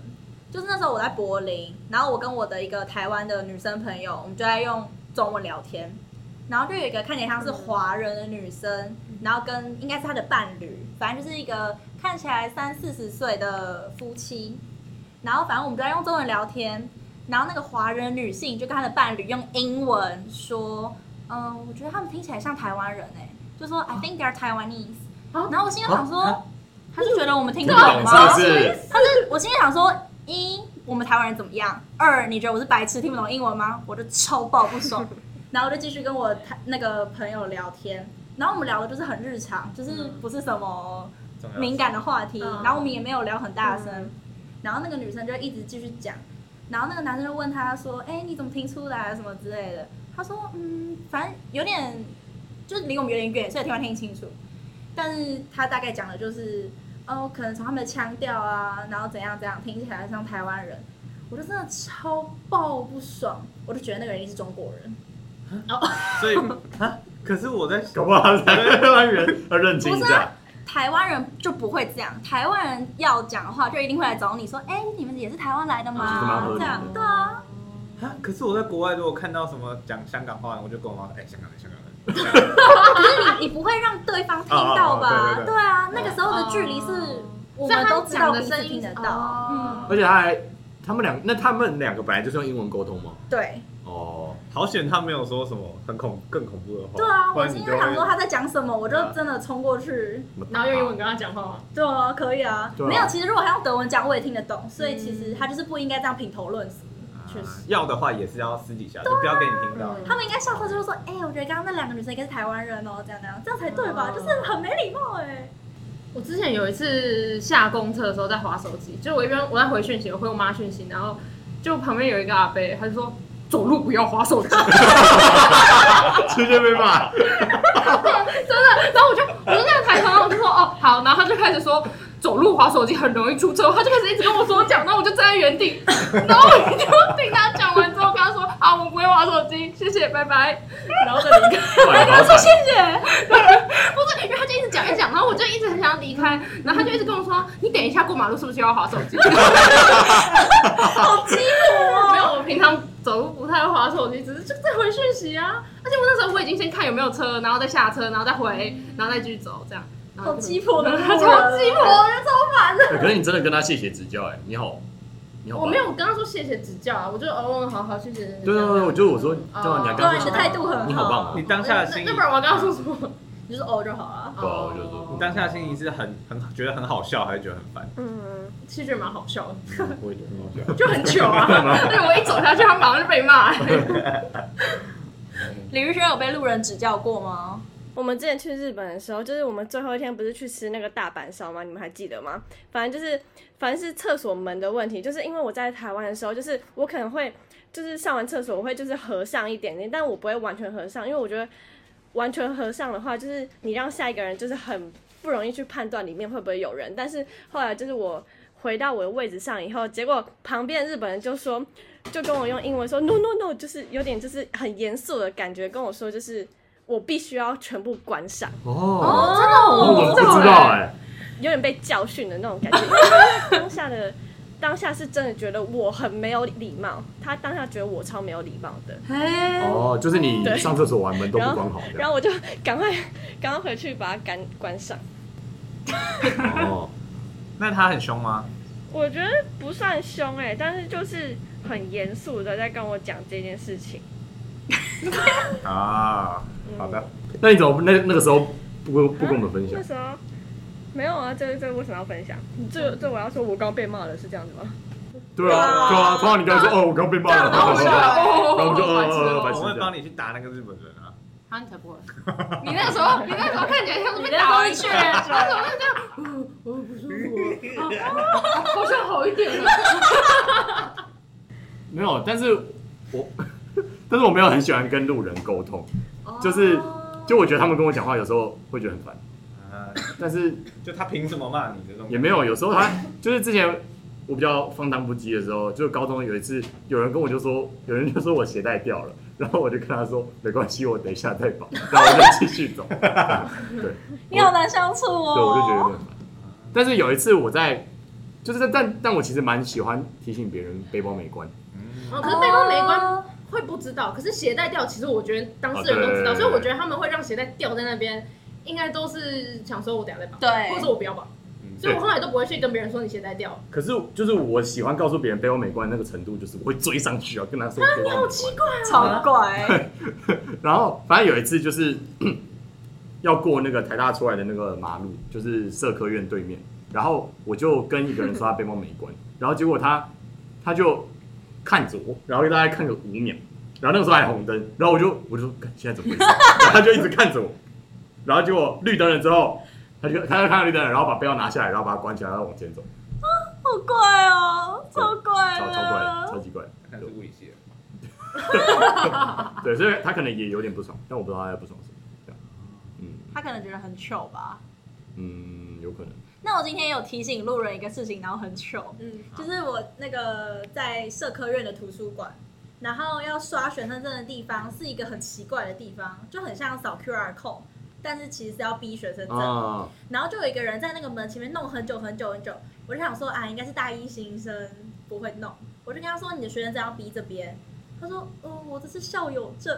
[SPEAKER 4] 就是那时候我在柏林，然后我跟我的一个台湾的女生朋友，我们就在用中文聊天，然后就有一个看起来像是华人的女生，然后跟应该是她的伴侣，反正就是一个看起来三四十岁的夫妻，然后反正我们就在用中文聊天，然后那个华人女性就跟她的伴侣用英文说，嗯、我觉得他们听起来像台湾人哎、就说 I think they're Taiwanese，、
[SPEAKER 3] 啊
[SPEAKER 4] 然后我心里想说，
[SPEAKER 2] 啊
[SPEAKER 4] 他是觉得我们听
[SPEAKER 1] 你
[SPEAKER 4] 不
[SPEAKER 1] 懂
[SPEAKER 4] 懂吗？
[SPEAKER 1] 是不是？
[SPEAKER 4] 他是我心里想说，一我们台湾人怎么样？二你觉得我是白痴听不懂英文吗？我就超爆 不爽，然后我就继续跟我台那个朋友聊天，然后我们聊的就是很日常，
[SPEAKER 1] 嗯
[SPEAKER 4] 就是不是什么
[SPEAKER 2] 重要
[SPEAKER 4] 敏感的话题，
[SPEAKER 3] 嗯
[SPEAKER 4] 然后我们也没有聊很大声，然后那个女生就一直继续讲，然后那个男生就问她说：“哎、你怎么听出来啊什么之类的？”她说：“嗯，反正有点，就是离我们有点远，所以听不太听清楚。但是她大概讲的就是，哦，可能从他们的腔调啊，然后怎样怎样，听起来像台湾人。”我就真的超爆不爽，我就觉得那个人一定是中国人，
[SPEAKER 2] 所以啊，可是我在
[SPEAKER 1] 搞不好他是台湾人要认清一
[SPEAKER 4] 不是
[SPEAKER 1] 下
[SPEAKER 4] 啊，台湾人就不会这样，台湾人要讲的话就一定会来找你说，哎、你们也是台湾来的
[SPEAKER 1] 啊这蛮合
[SPEAKER 4] 吗？
[SPEAKER 3] 哦
[SPEAKER 1] 理的
[SPEAKER 4] 这样，对啊。
[SPEAKER 2] 啊，可是我在国外如果看到什么讲香港话，我就跟我妈说，哎，香港人，香港人。
[SPEAKER 4] 啊可是你你不会让对方听到
[SPEAKER 2] 哦哦
[SPEAKER 4] 吧？
[SPEAKER 2] 对对对
[SPEAKER 4] 啊，那个时候的距离是
[SPEAKER 3] 哦
[SPEAKER 4] 我们都知道彼此听得到。嗯，
[SPEAKER 3] 啊
[SPEAKER 1] 而且他还他们两那他们两个本来就是用英文沟通吗？
[SPEAKER 4] 对
[SPEAKER 1] 哦，
[SPEAKER 2] 好险他没有说什么很恐更恐怖的话。
[SPEAKER 4] 对啊，
[SPEAKER 2] 不
[SPEAKER 4] 我
[SPEAKER 2] 然你
[SPEAKER 4] 今
[SPEAKER 2] 就
[SPEAKER 4] 天想说
[SPEAKER 2] 会
[SPEAKER 4] 他在讲什么，我就真的冲过去。
[SPEAKER 3] 然后用英文跟他讲话吗？
[SPEAKER 4] 对啊，可以啊。
[SPEAKER 1] 对啊
[SPEAKER 4] 没有，其实如果他用德文讲，我也听得懂。所以其实他就是不应该这样品头论足。确实
[SPEAKER 2] 要的话也是要私底下，就不要给你听到。
[SPEAKER 4] 他们应该下课就会说：“哎，我觉得刚刚那两个女生应该是台湾人哦，这样这样，这样才对吧？
[SPEAKER 3] 哦
[SPEAKER 4] 就是很没礼貌哎。
[SPEAKER 3] 我之前有一次下公厕的时候在划手机，就我一边我在回讯息，我回我妈讯息，然后就旁边有一个阿伯，他就说走路不要划手机，真
[SPEAKER 1] 直接被骂。
[SPEAKER 3] 的。然后我就我就这样抬头，然后我就说哦好，然后他就开始说走路划手机很容易出车祸，他就开始一直跟我说讲，然后我就站在原 地，然后我就听他讲完之后跟他说啊我不会划手机，谢谢拜拜，然后就 离开。
[SPEAKER 1] 哇哎好惨
[SPEAKER 4] 谢谢。
[SPEAKER 3] 不是，因为他就一直讲一直讲，然后我就一直很想要离开，然后他就一直跟我说你等一下过马路是不是又要划手 机？
[SPEAKER 4] 好激动
[SPEAKER 3] 没
[SPEAKER 4] 哦。
[SPEAKER 3] 有，我平常走路不太会滑手机，只是就在回讯息啊。而且我那时候我已经先看有没有车，然后再下车，然后再回，然后再继续走，这样。然后
[SPEAKER 4] 好
[SPEAKER 3] 就
[SPEAKER 4] 鸡婆的啊 路人
[SPEAKER 3] 超鸡婆的。
[SPEAKER 1] 欸可是你真的跟他谢谢指教，哎，你好，你好棒，
[SPEAKER 3] 我没有跟他说谢谢指教啊，我就哦，好好谢谢。
[SPEAKER 1] 对。对对对，我觉得我说，
[SPEAKER 3] 哦
[SPEAKER 1] 对啊，你还
[SPEAKER 4] 对啊，
[SPEAKER 1] 刚
[SPEAKER 4] 你的
[SPEAKER 1] 说
[SPEAKER 4] 态度很好。
[SPEAKER 1] 你好棒哦
[SPEAKER 2] 你当下的心
[SPEAKER 3] 那
[SPEAKER 2] 情
[SPEAKER 3] 不，然我要跟他说什么？
[SPEAKER 4] 你就是哦就好了。
[SPEAKER 1] 对啊我就说
[SPEAKER 2] 你当下的心情是很很觉得很好笑，还是觉得很烦？
[SPEAKER 5] 嗯，
[SPEAKER 3] 其实觉得蛮好笑的，
[SPEAKER 1] 嗯我也觉得很好笑
[SPEAKER 3] 就很糗啊。对，我一走下去，他马上就被骂。
[SPEAKER 4] 李玉轩有被路人指教过吗？
[SPEAKER 5] 我们之前去日本的时候，就是我们最后一天不是去吃那个大阪烧吗？你们还记得吗？反正就是，反正是厕所门的问题，就是因为我在台湾的时候，就是我可能会。就是上完厕所我会就是合上一点点，但我不会完全合上，因为我觉得完全合上的话，就是你让下一个人就是很不容易去判断里面会不会有人。但是后来就是我回到我的位置上以后，结果旁边的日本人就说，就跟我用英文说 no no no，就是有点就是很严肃的感觉跟我说，就是我必须要全部关上，
[SPEAKER 1] 哦，
[SPEAKER 3] 真的
[SPEAKER 1] 我
[SPEAKER 3] 我
[SPEAKER 1] 怎么不知道哎？
[SPEAKER 5] 有点被教训的那种感觉。当下的当下是真的觉得我很没有礼貌，他当下觉得我超没有礼貌的。
[SPEAKER 4] 哎，
[SPEAKER 1] 哦，就是你
[SPEAKER 5] 对
[SPEAKER 1] 上厕所完门都
[SPEAKER 5] 然
[SPEAKER 1] 不
[SPEAKER 5] 后
[SPEAKER 1] 关好这
[SPEAKER 5] 然
[SPEAKER 1] 样。
[SPEAKER 5] 后我就赶快 赶快回去把它赶关上。
[SPEAKER 1] 哦，
[SPEAKER 2] 那他很凶吗？
[SPEAKER 5] 我觉得不算凶哎、但是就是很严肃的在跟我讲这件事情。
[SPEAKER 2] 啊，
[SPEAKER 5] 嗯
[SPEAKER 2] 好的，
[SPEAKER 1] 那你怎么那那个时候不不跟我们分享
[SPEAKER 5] 为？什么？没有啊，这这为什么要分享？这这我要说，我刚被骂了，是这样子吗？
[SPEAKER 1] 对啊，对啊，通常你刚才说哦，我刚被骂了，
[SPEAKER 3] 然后我就
[SPEAKER 1] 然后我们就
[SPEAKER 3] 哦，
[SPEAKER 1] 呃，白
[SPEAKER 2] 我会
[SPEAKER 1] 痴
[SPEAKER 2] 帮你去打那个日本人啊。
[SPEAKER 3] 好，你才不会。你那时候，你那时候看起来像是被打回去，他怎么会这样？我不舒服，好像好一点啊 了。
[SPEAKER 1] 没有，但是我 但是我没有很喜欢跟路人沟通，就是就我觉得他们跟我讲话有时候会觉得很烦，
[SPEAKER 2] 啊，
[SPEAKER 1] 但是
[SPEAKER 2] 就他凭什么骂你这种？
[SPEAKER 1] 也没有，有时候他就是之前我比较放荡不羁的时候，就是高中有一次有人跟我就说，有人就说我鞋带掉了，然后我就跟他说没关系，我等一下再绑，然后我就继续走。对，
[SPEAKER 4] 你好难相处哦。
[SPEAKER 1] 对，我就觉得有点烦。但是有一次我在，就是在但但我其实蛮喜欢提醒别人背包没关，
[SPEAKER 2] 嗯。
[SPEAKER 3] 哦可是背包没关，会不知道。可是鞋带掉，其实我觉得当事人都知道，
[SPEAKER 1] 哦对
[SPEAKER 3] 所以我觉得他们会让鞋带掉在那边，应该都是想说我等下再绑，
[SPEAKER 4] 对
[SPEAKER 3] 或者说我不要绑。
[SPEAKER 2] 嗯
[SPEAKER 3] 所以我后来都不会去跟别人说你鞋带掉。
[SPEAKER 1] 可是就是我喜欢告诉别人背包没关那个程度，就是我会追上去啊，跟他说背包没关。
[SPEAKER 4] 超怪，
[SPEAKER 1] 然后反正有一次就是 要过那个台大出来的那个马路，就是社科院对面，然后我就跟一个人说他背包没关，然后结果他他就看着我，然后大概看个五秒，然后那个时候还红灯，然后我就我就说干现在怎么回事？然后 他就一直看着我，然后结果绿灯了之后，他就他就看到绿灯了，然后把背包拿下来，然后把它关起来，然后往前走，
[SPEAKER 4] 好怪哦，超怪
[SPEAKER 1] 超超怪的，超
[SPEAKER 4] 了。
[SPEAKER 1] 级怪的。
[SPEAKER 2] 还是物理 系的。
[SPEAKER 1] 对，所以他可能也有点不爽，但我不知道他在不爽什么。这样嗯
[SPEAKER 4] 他可能觉得很糗吧。
[SPEAKER 1] 嗯，有可能。
[SPEAKER 4] 那我今天有提醒路人一个事情，然后很糗，
[SPEAKER 3] 嗯，
[SPEAKER 4] 就是我那个在社科院的图书馆，然后要刷学生证的地方是一个很奇怪的地方，就很像扫 QR code，但是其实是要逼学生证。
[SPEAKER 1] 啊，
[SPEAKER 4] 然后就有一个人在那个门前面弄很久很久很久，我就想说啊，应该是大一新生不会弄，我就跟他说你的学生证要逼这边，他说哦、我这是校友证，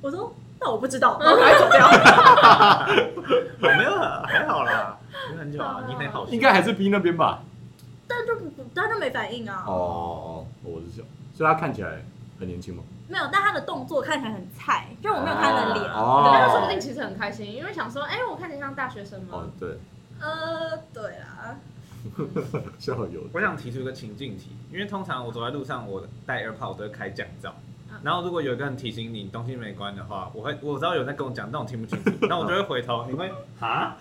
[SPEAKER 4] 我说那我不知 道，然后赶快走掉。
[SPEAKER 2] 我哦没有，还好啦，没有很久啊，你很好笑，
[SPEAKER 1] 应该还是 B 那边吧。
[SPEAKER 4] 但就不他就没反应啊，
[SPEAKER 1] 哦，我是想，所以他看起来很年轻吗？
[SPEAKER 4] 没有，但他的动作看起来很菜，就是我没有看他的脸。
[SPEAKER 3] 啊对，他说不
[SPEAKER 1] 哦
[SPEAKER 3] 定，其实很开心，因为想说，哎，我看起来像大学生吗
[SPEAKER 1] 哦？ 对，
[SPEAKER 4] 呃，对啦，
[SPEAKER 1] 校友，
[SPEAKER 2] 我想提出一个情境题，因为通常我走在路上，我戴 AirPod 我都会开降噪
[SPEAKER 3] 嗯。
[SPEAKER 2] 然后如果有一个人提醒你东西没关的话，我会我知道有人在跟我讲，但我听不清楚，那我就会回头，你会 啊，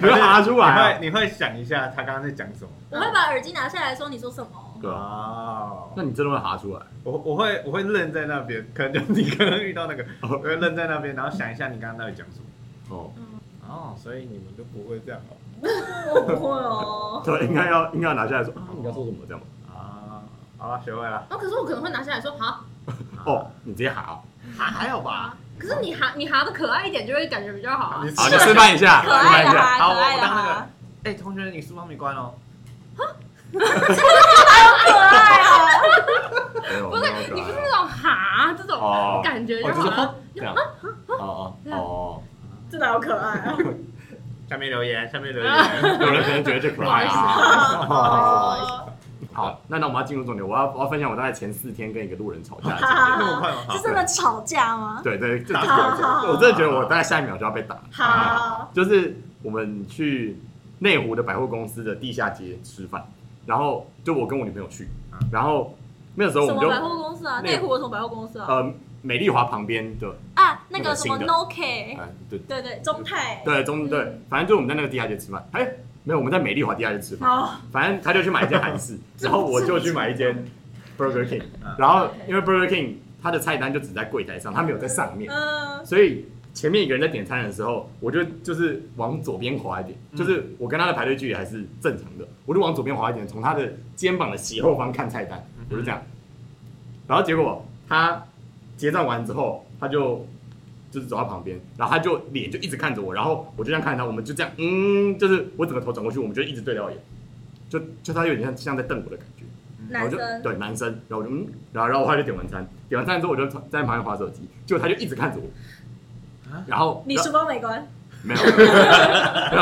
[SPEAKER 1] 你要拿出
[SPEAKER 2] 你
[SPEAKER 1] 来啊
[SPEAKER 2] 会你会想一下他刚刚在讲什么。
[SPEAKER 4] 我会把耳机拿下来说你说什 么，
[SPEAKER 1] 对啊，
[SPEAKER 2] 哦
[SPEAKER 1] 那，你真的会哈出来？
[SPEAKER 2] 我我会我会愣在那边，可能就你可能遇到 那个，
[SPEAKER 1] 哦
[SPEAKER 2] 我会愣在那边，然后想一下你刚刚到底讲什么。
[SPEAKER 1] 哦，
[SPEAKER 2] 哦，所以你们都不会这样哦。
[SPEAKER 4] 我不会哦。
[SPEAKER 1] 对，应该要应该要拿下来说啊，你刚说什么这样吗？
[SPEAKER 2] 啊，好了，学会了。
[SPEAKER 3] 哦，可是我可能会拿下来说好，
[SPEAKER 1] 哦，你直接哈哦，
[SPEAKER 4] 嗯
[SPEAKER 2] 还还好吧。
[SPEAKER 3] 可是你哈你哈的可爱一点，就会感觉比较好啊
[SPEAKER 2] 你。
[SPEAKER 1] 好，你示范一下，示
[SPEAKER 4] 可爱
[SPEAKER 1] 范一
[SPEAKER 4] 的
[SPEAKER 1] 下，
[SPEAKER 4] 哈，
[SPEAKER 2] 好
[SPEAKER 4] 可爱啊的
[SPEAKER 2] 我当那
[SPEAKER 4] 哈
[SPEAKER 2] 个，哎、同学，你书包没关哦。
[SPEAKER 4] 可爱啊！
[SPEAKER 1] 没有，
[SPEAKER 3] 不是
[SPEAKER 1] 没有可爱
[SPEAKER 3] 你不是那种哈这种
[SPEAKER 1] 哦
[SPEAKER 3] 感觉就
[SPEAKER 1] 哦，哎就是
[SPEAKER 3] 好
[SPEAKER 1] 哦
[SPEAKER 3] 了。
[SPEAKER 1] 这样，哦哦
[SPEAKER 3] 啊
[SPEAKER 1] 哦，
[SPEAKER 6] 这哪有可 爱啊？
[SPEAKER 2] 下面留言，下面留言。
[SPEAKER 1] 有人可能觉得这可
[SPEAKER 3] 不好
[SPEAKER 1] 爱
[SPEAKER 3] 意思
[SPEAKER 1] 啊。
[SPEAKER 3] 不
[SPEAKER 4] 哦
[SPEAKER 3] 好意思，不好意思。
[SPEAKER 1] 好，那那我们要进入重点，我要我要分享我大概前四天跟一个路人吵架的经历。
[SPEAKER 2] 那么 快吗？
[SPEAKER 4] 是真的吵架吗？
[SPEAKER 1] 对对，这
[SPEAKER 2] 打
[SPEAKER 4] 好好好
[SPEAKER 1] 我真的觉得我大概下一秒就要被打。
[SPEAKER 4] 好，
[SPEAKER 1] 就是我们去内湖的百货公司的地下街吃饭，然后就我跟我女朋友去，然后那时候
[SPEAKER 4] 啊什
[SPEAKER 1] 我们
[SPEAKER 4] 么
[SPEAKER 1] 就
[SPEAKER 4] 百货公司啊？
[SPEAKER 1] 那个
[SPEAKER 4] 内湖有什么百货公司啊？
[SPEAKER 1] 呃美丽华旁边的，
[SPEAKER 4] 啊，
[SPEAKER 1] 那
[SPEAKER 4] 那
[SPEAKER 1] 个
[SPEAKER 4] 个什么
[SPEAKER 1] 新的
[SPEAKER 4] Nokia，
[SPEAKER 1] 哎对
[SPEAKER 4] 对对，中泰。
[SPEAKER 1] 对中
[SPEAKER 4] 嗯
[SPEAKER 1] 对，反正就我们在那个地下街吃饭，哎没有我们在美丽华地下街吃饭，
[SPEAKER 4] 哦，
[SPEAKER 1] 反正他就去买一间韩式，然后我就去买一间 Burger King，
[SPEAKER 4] 啊
[SPEAKER 2] 嗯
[SPEAKER 1] 然后因为 Burger King 它的菜单就只在柜台上，它没有在上面，
[SPEAKER 4] 啊
[SPEAKER 6] 嗯，
[SPEAKER 1] 所以前面一个人在点餐的时候，我就就是往左边滑一点，
[SPEAKER 2] 嗯
[SPEAKER 1] 就是我跟他的排队距离还是正常的，我就往左边滑一点，从他的肩膀的斜后方看菜单，我就这样。然后结果他结账完之后，他就就是走到旁边，然后他就脸就一直看着我，然后我就这样看着他，我们就这样，嗯，就是我整个头转过去，我们就一直对到眼，就就他有点像像在瞪我的感觉。然后
[SPEAKER 4] 男
[SPEAKER 1] 我就
[SPEAKER 4] 生
[SPEAKER 1] 对男生，然后我就嗯，然后然后我后来就点完餐，点完餐之后我就在旁边划手机，结果他就一直看着我
[SPEAKER 2] 啊，
[SPEAKER 1] 然后
[SPEAKER 6] 你书包没 关，
[SPEAKER 1] 没有没有，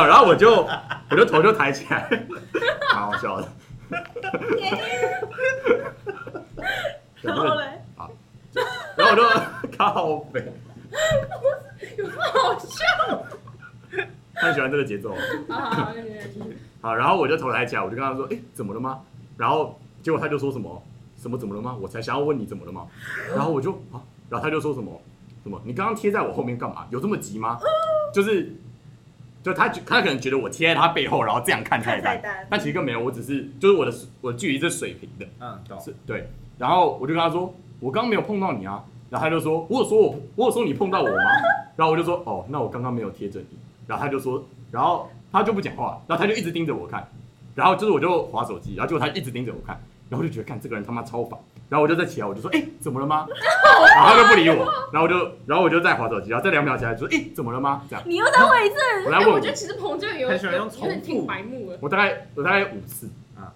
[SPEAKER 1] 然后我就我就头就抬起来，蛮好笑的。
[SPEAKER 6] 然后嘞，
[SPEAKER 1] 然后我就靠北，
[SPEAKER 4] 好笑，
[SPEAKER 1] 他喜欢这个节奏。哦
[SPEAKER 3] 啊
[SPEAKER 4] 好好好，你来继续
[SPEAKER 1] 好，然后我就头抬起来，我就跟他说：“哎、怎么了吗？”然后结果他就说什么什么怎么了吗？我才想要问你怎么了吗？然后我就啊，然后他就说什么什么你刚刚贴在我后面干嘛？有这么急吗？就是就他他可能觉得我贴在他背后，然后这样看菜
[SPEAKER 6] 看菜
[SPEAKER 1] 单，
[SPEAKER 6] 单
[SPEAKER 1] 但其实根本没有，我只是就是我的我的距离是水平的，
[SPEAKER 2] 嗯，懂。
[SPEAKER 1] 是对。然后我就跟他说：“我刚刚没有碰到你啊。”然后他就说：“我有说我我有说你碰到我吗？”然后我就说：“哦，那我刚刚没有贴着你。”然后他就说，然后他就不讲话，然后他就一直盯着我看，然后就是我就划手机，然后结果他一直盯着我看，然后我就觉得看这个人他妈超烦，然后我就再起来我就说：“哎、怎么了吗？”然后他就不理我，然后我就然后我就再划手机，然后再两秒起来就说：“哎、怎么了吗？”这样
[SPEAKER 4] 你又再问一次，
[SPEAKER 1] 我来
[SPEAKER 3] 哎，
[SPEAKER 1] 问
[SPEAKER 3] 我
[SPEAKER 1] 我
[SPEAKER 3] 觉得其实彭就有
[SPEAKER 2] 很喜欢
[SPEAKER 3] 有
[SPEAKER 2] 用重
[SPEAKER 3] 有点挺
[SPEAKER 2] 复
[SPEAKER 3] 白目了。
[SPEAKER 1] 我大概我大概五次
[SPEAKER 2] 啊
[SPEAKER 1] 啊，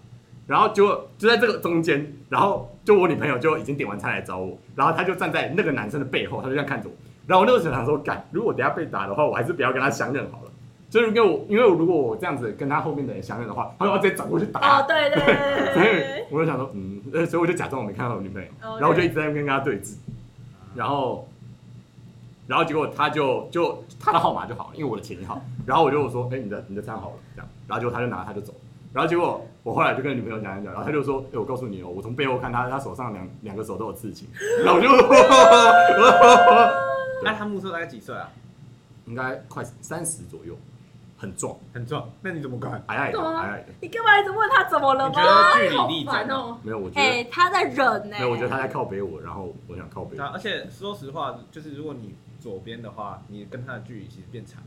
[SPEAKER 1] 然后结果就在这个中间，然后就我女朋友就已经点完餐来找我，然后她就站在那个男生的背后，她就这样看着我，然后我那个时候想说，干，如果等一下被打的话，我还是不要跟他相认好了。就是因为我，因为我如果我这样子跟他后面的人相认的话，他就要直接转过去打
[SPEAKER 6] 哦
[SPEAKER 1] 他。，
[SPEAKER 6] 对对对
[SPEAKER 1] 所以
[SPEAKER 6] 对对，
[SPEAKER 1] 我就想说，嗯，呃所以我就假装我没看到我女朋友，
[SPEAKER 6] 哦
[SPEAKER 1] 然后我就一直在那边跟他对峙，然后，然后结果他就就他的号码就好了，因为我的前一号，然后我就说，哎、你的你的餐好了，这样，然后结果他就拿他就走，然后结果我后来就跟女朋友讲一讲，然后他就说，哎、我告诉你哦，我从背后看他，他手上两两个手都有刺青，然后我就
[SPEAKER 2] 那他目测大概几岁啊？
[SPEAKER 1] 应该快三十左右，很壮，
[SPEAKER 2] 很壮。那你怎么看？
[SPEAKER 1] 矮矮的
[SPEAKER 3] 对啊
[SPEAKER 1] 矮矮的，
[SPEAKER 6] 你干嘛一直问他怎么了
[SPEAKER 2] 你觉
[SPEAKER 6] 吗？
[SPEAKER 2] 得距离
[SPEAKER 3] 好
[SPEAKER 2] 力在
[SPEAKER 3] 烦
[SPEAKER 2] 哪？
[SPEAKER 3] 哦！
[SPEAKER 1] 没有，我觉得、
[SPEAKER 4] 哎，他在忍呢
[SPEAKER 1] 没有，我觉得他在靠北我，然后我想靠北
[SPEAKER 2] 对
[SPEAKER 1] 我
[SPEAKER 2] 啊，而且说实话，就是如果你左边的话，你跟他的距离其实变长了，